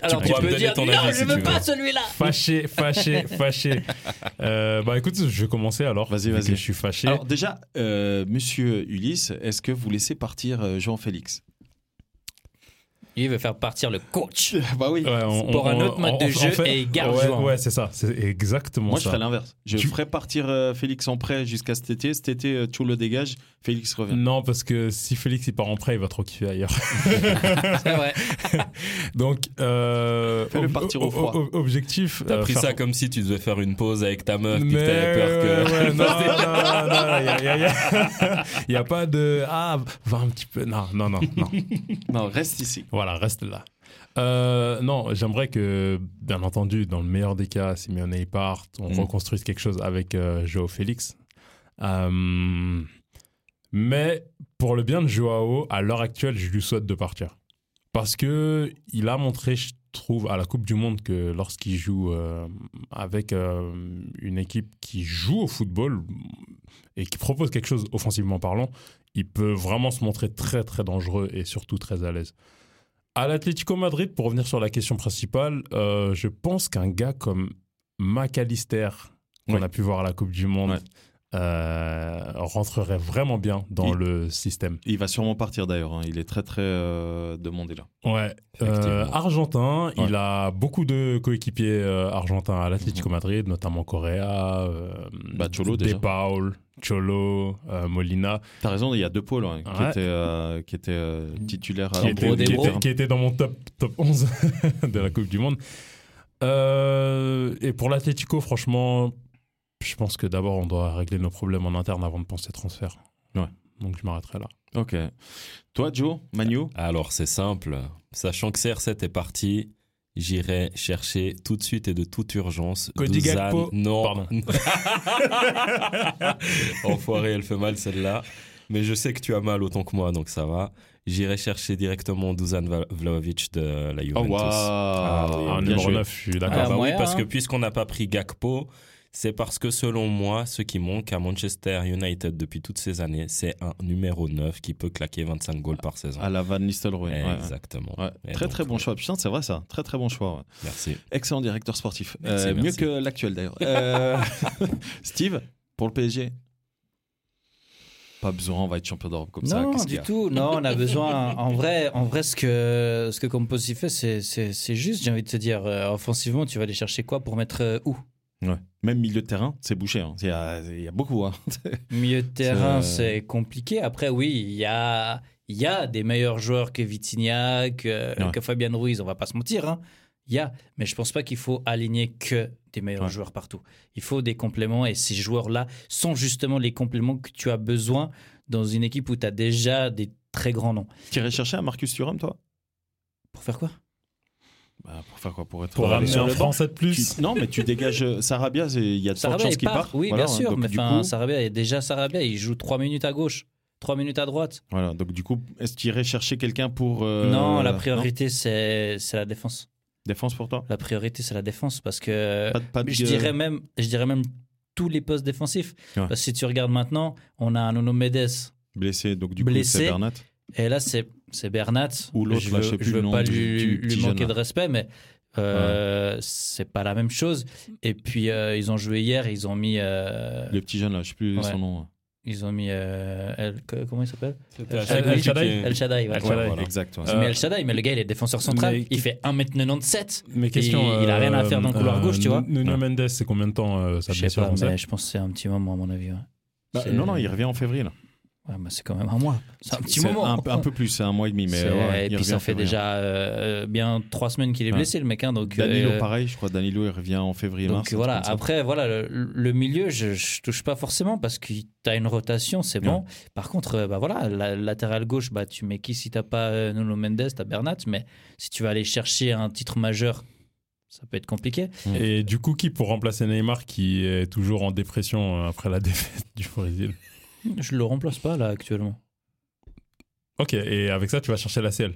S2: Alors tu
S3: pourras me
S2: peux
S3: donner
S2: dire
S3: ton
S2: non,
S3: avis
S2: je
S3: si
S2: veux
S3: tu
S2: pas
S3: veux.
S2: celui-là.
S4: Fâché, fâché, fâché. Euh, bah écoute, je vais commencer alors.
S1: Vas-y,
S4: vu
S1: vas-y.
S4: que Je suis fâché.
S1: Alors déjà, euh, monsieur Ulysse, est-ce que vous laissez partir euh, Jean-Félix
S2: Il veut faire partir le coach.
S1: Bah oui.
S4: Ouais, on-
S2: Pour
S4: on-
S2: un autre
S4: on-
S2: mode de
S4: on-
S2: jeu
S4: on fait-
S2: et garde
S4: ouais,
S2: Johan.
S4: Ouais, c'est ça, c'est exactement
S1: Moi, je
S4: ça.
S1: ferais l'inverse. Je
S4: Tu-
S1: ferais partir euh, Félix en prêt jusqu'à cet été. Cet été, euh, Tchou le dégage, Félix revient.
S4: Non, parce que si Félix il part en prêt, il va trop kiffer ailleurs.
S2: C'est vrai.
S4: Donc, euh,
S1: Fais-le partir au froid.
S4: objectif.
S3: T'as
S4: euh,
S3: pris
S4: faire-
S3: ça comme si tu devais faire une pause avec ta meuf, puis que
S4: Mais
S3: t'avais peur que.
S4: ouais, ouais, non, non, non, non, il y a- il y a- il y a- il y a pas de ah va un petit peu non non non non
S1: Non, reste ici.
S4: voilà reste là. Euh, non, j'aimerais que, bien entendu, dans le meilleur des cas, Simeone y parte, on
S1: Mm.
S4: reconstruise quelque chose avec euh, Joao Félix. Euh, mais pour le bien de Joao, à l'heure actuelle, je lui souhaite de partir. Parce que il a montré, je trouve, à la Coupe du Monde que lorsqu'il joue euh, avec euh, une équipe qui joue au football et qui propose quelque chose offensivement parlant, il peut vraiment se montrer très très dangereux et surtout très à l'aise. À l'Atlético Madrid, pour revenir sur la question principale, euh, je pense qu'un gars comme McAllister, qu'on
S1: Ouais.
S4: a pu voir à la Coupe du Monde,
S1: Ouais.
S4: euh, rentrerait vraiment bien dans
S1: Il-
S4: le système.
S1: Il va sûrement partir d'ailleurs. hein. Il est très très euh, demandé là.
S4: Ouais, euh,
S3: Effectivement.
S4: argentin,
S1: Ouais.
S4: il a beaucoup de coéquipiers euh, argentins à l'Atlético Madrid, notamment Correa, euh,
S1: Mhm. Bah, Cholo,
S4: De
S1: déjà.
S4: Paul, Cholo, euh, Molina,
S1: T'as raison, il y a deux pôles hein, qui
S4: Ouais.
S1: étaient, euh, qui étaient euh, titulaires à
S2: Alors,
S4: qui, était,
S2: Bro,
S4: qui
S2: des
S4: était-
S2: Bro.
S4: qui était dans mon top, top 11 de la Coupe du Monde. Euh, et pour l'Atlético, franchement, je pense que d'abord, on doit régler nos problèmes en interne avant de penser transfert.
S1: Ouais.
S4: Donc je m'arrêterai là.
S1: Ok. Toi, Joe, Manu
S3: Alors c'est simple, sachant que CR7 est parti, j'irai chercher tout de suite et de toute urgence
S4: Cody
S3: Dusan-
S4: Gakpo.
S3: Non.
S4: Pardon.
S3: Enfoiré, elle fait mal celle-là. Mais je sais que tu as mal autant que moi, donc ça va. J'irai chercher directement Dusan Vla- Vlahovic de
S1: Oh,
S3: la Juventus. oui,
S1: Ah,
S4: Ah, Un
S1: bien
S4: numéro
S1: joué.
S4: 9, je suis
S3: Ah
S2: Ah,
S4: d'accord.
S3: bah oui,
S2: moyen,
S3: parce que
S2: hein.
S3: puisqu'on n'a pas pris Gakpo, c'est parce que selon moi, ce qui manque à Manchester United depuis toutes ces années, c'est un numéro 9 qui peut claquer 25 goals par saison.
S1: À la Van Nistelrooy. Ah, ouais, ouais.
S3: Exactement.
S1: Ouais.
S3: Et
S1: Très
S3: donc,
S1: très bon
S3: ouais.
S1: choix. Putain, c'est vrai ça. Très très bon choix. ouais.
S3: Merci.
S1: Excellent directeur sportif.
S3: Merci,
S1: Euh,
S3: merci.
S1: Mieux que l'actuel d'ailleurs. Euh, Steve, pour le PSG Pas besoin, on va être champion d'Europe comme ça.
S2: non,
S1: Qu'est-ce qu'il y
S2: du
S1: a
S2: tout. Non, on a besoin. En vrai, en vrai, ce que ce que Composi fait, c'est c'est c'est juste. J'ai envie de te dire, euh, offensivement, tu vas aller chercher quoi pour mettre euh, où
S1: Ouais. Même milieu de terrain, c'est bouché. hein. Il y a- il y, a beaucoup. hein.
S2: Milieu de terrain,
S1: C'est-
S2: c'est compliqué. Après, oui, il y a il y a des meilleurs joueurs que Vitinha, que,
S1: Ouais.
S2: que Fabian Ruiz. On va pas se mentir. hein. Il y a, mais je pense pas qu'il faut aligner que des meilleurs
S1: Ouais.
S2: joueurs partout. Il faut des compléments et ces joueurs-là sont justement les compléments que tu as besoin dans une équipe où tu as déjà des très grands noms.
S1: T'irais chercher un Marcus Thuram, toi
S2: Pour faire quoi
S1: Bah, Pour faire quoi Pour être
S4: Pour
S1: euh,
S4: ramener
S1: sur
S4: un
S1: le banc
S4: Français de
S1: Tu-
S4: plus.
S1: non, mais tu dégages euh, Sarabia, c'est- il y a de fortes
S2: Sarabia
S1: chances
S2: il
S1: qu'il
S2: part,
S1: parte.
S2: oui,
S1: Voilà,
S2: bien
S1: hein.
S2: sûr,
S1: donc,
S2: mais
S1: du
S2: enfin,
S1: coup,
S2: Sarabia est déjà Sarabia, il joue 3 minutes à gauche, 3 minutes à droite.
S1: voilà, donc du coup, est-ce que tu irais chercher quelqu'un pour. euh,
S2: non, la priorité c'est c'est la défense.
S1: Défense pour toi
S2: La priorité c'est la défense parce que
S1: Pas de- pas de-
S2: Euh, je dirais même je dirais même tous les postes défensifs.
S1: Ouais.
S2: Parce que si tu regardes maintenant, on a un Nuno Médès
S1: Blessé, donc du
S2: Blessé.
S1: coup, c'est Bernat.
S2: et là c'est c'est Bernat.
S1: Ou l'autre,
S2: je
S1: là,
S2: veux,
S1: je sais plus
S2: veux
S1: le nom
S2: pas
S1: du-
S2: lui,
S1: du
S2: lui
S1: petit jeune,
S2: manquer
S1: là.
S2: de respect mais euh, c'est pas la même chose. Et puis euh, ils ont joué hier, ils ont mis euh,
S1: Le petit jeune là, je sais plus
S2: Ouais.
S1: son nom.
S2: ils ont mis euh, El- comment il s'appelle
S3: à
S4: El-
S3: chaque
S4: El
S3: équipe
S4: Shaddai.
S1: Mm-hmm.
S3: qui-
S2: El Shaddai. voilà.
S4: El Shaddai.
S3: voilà.
S1: Exact. ouais.
S4: Euh,
S2: mais El Shaddai, mais le gars, il est défenseur central.
S4: mais-
S2: Il fait 1m97.
S4: Mais euh,
S2: il a rien à faire dans le couloir gauche, tu vois.
S4: Nuno
S1: Ouais.
S4: Mendes, c'est combien de temps euh, ça
S2: Je sais
S4: blessure
S2: pas,
S4: on sait
S2: mais je pense que c'est un petit moment, à mon avis. ouais.
S1: Bah,
S2: c'est-
S1: non, non, il revient en février. Là.
S2: Ouais, mais c'est quand même un mois. C'est un petit
S1: C'est
S2: moment.
S1: Un, peu- un peu plus, c'est un mois et demi. Mais
S2: C'est-
S1: ouais,
S2: et
S1: il
S2: puis
S1: revient
S2: ça
S1: en
S2: fait
S1: février.
S2: déjà euh, bien trois semaines qu'il est
S1: Ouais.
S2: blessé, le mec. hein, donc euh,
S1: Danilo, pareil, je crois. Danilo, il revient en février.
S2: donc
S1: mars, un
S2: voilà,
S1: truc comme ça.
S2: après, voilà, le, le milieu, je, je touche pas forcément parce que tu as une rotation, c'est bon. Par contre, euh, bah voilà, la latéral gauche, bah, tu mets qui si t'as pas euh, Nuno Mendes, t'as Bernat, mais si tu vas aller chercher un titre majeur, ça peut être compliqué.
S4: Et du coup, qui pour remplacer Neymar qui est toujours en dépression euh, après la défaite du Brésil
S2: Je le remplace pas là actuellement.
S4: Ok, et avec ça, tu vas chercher la CL,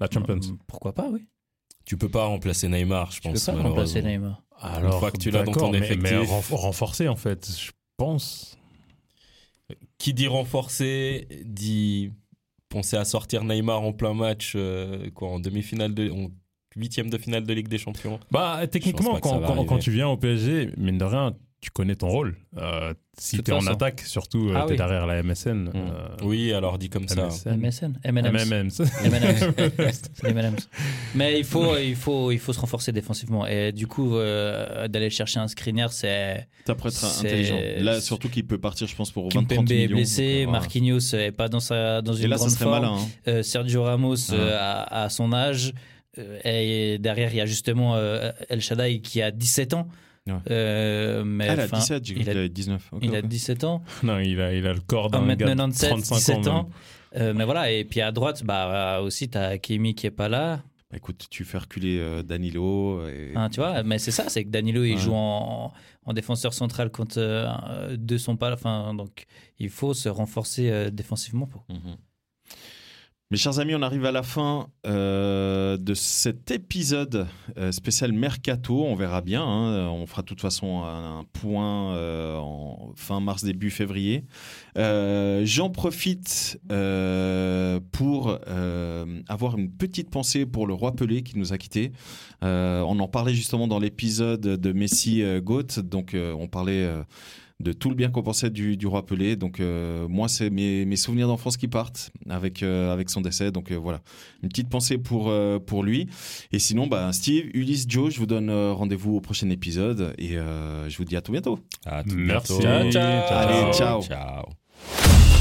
S4: la Champions.
S2: Euh, Pourquoi pas, oui.
S3: Tu peux pas remplacer Neymar, je
S2: Tu peux
S3: pense.
S2: pas remplacer
S3: malheureusement.
S2: Neymar.
S4: Alors,
S3: Une fois que tu l'as dans
S4: d'accord,
S3: ton
S4: mais- Mais,
S3: effectif.
S4: renf- renforcé, en fait, je pense.
S3: Qui dit renforcer, dit penser à sortir Neymar en plein match, euh, quoi, en demi-finale de, en huitième de finale de Ligue des Champions.
S4: Bah, techniquement,
S3: pas que ça
S4: quand,
S3: va
S4: quand-
S3: arriver.
S4: quand tu viens au PSG, mine de rien, tu connais ton rôle. Euh, si
S2: De toute
S4: t'es en
S2: façon.
S4: attaque, surtout, euh,
S2: Ah
S4: t'es
S2: oui.
S4: derrière la MSN. euh,
S3: Oui, alors dit comme ça.
S4: MSN.
S2: MSN, M&M's.
S4: MMMs.
S2: M&M's. Les M&M's. Mais il faut, il, faut, il faut se renforcer défensivement. Et du coup, euh, d'aller chercher un screener, c'est.
S1: Ça pourrait être
S2: C'est-
S1: intelligent. Là, surtout qu'il peut partir, je pense, pour 20-30
S2: Kimpembe est
S1: millions.
S2: blessé,
S1: Donc, euh,
S2: Marquinhos est pas dans, sa, dans
S1: voilà.
S2: une
S1: Et là, ça
S2: grande
S1: serait
S2: forme.
S1: malin. Ah. hein.
S2: Euh, Sergio Ramos euh, à, à son âge. Euh, et derrière, il y a justement euh, El Shaddai qui a 17 ans.
S1: Ouais.
S2: Euh, mais
S1: Ah, Elle a
S2: enfin,
S1: 17, j'ai cru
S2: il a-
S1: qu'elle avait 19. Ok,
S2: il a
S1: ok.
S2: 17 ans.
S4: Non, il a, il a le corps d'un gars de
S2: 1m97,
S4: 35
S2: 17
S4: ans.
S2: ans. Euh, mais voilà, et puis à droite, bah euh, aussi, t'as Kimi qui est pas là.
S1: Bah, écoute, tu fais reculer euh, Danilo. Et...
S2: Hein, tu vois, mais c'est ça, c'est que Danilo, il
S1: Ouais.
S2: joue en, en défenseur central quand euh, euh, deux sont pas là. Enfin, donc, il faut se renforcer euh, défensivement. Pour...
S1: Mhm. Mes chers amis, on arrive à la fin euh, de cet épisode euh, spécial Mercato. On verra bien. hein. On fera de toute façon un, un point euh, en fin mars, début février. Euh, J'en profite euh, pour euh, avoir une petite pensée pour le roi Pelé qui nous a quittés. Euh, on en parlait justement dans l'épisode de Messi euh, Goat. Donc, euh, on parlait. euh, de tout le bien qu'on pensait du, du roi Pelé. Donc euh, moi, c'est mes, mes souvenirs d'enfance qui partent avec, euh, avec son décès. Donc euh, voilà, une petite pensée pour, euh, pour lui. Et sinon, bah, Steve, Ulysse, Joe, je vous donne euh, rendez-vous au prochain épisode et euh, je vous dis à tout bientôt.
S3: À tout
S4: Merci. Ciao,
S3: bientôt.
S4: ciao.
S1: Allez, ciao.
S3: ciao.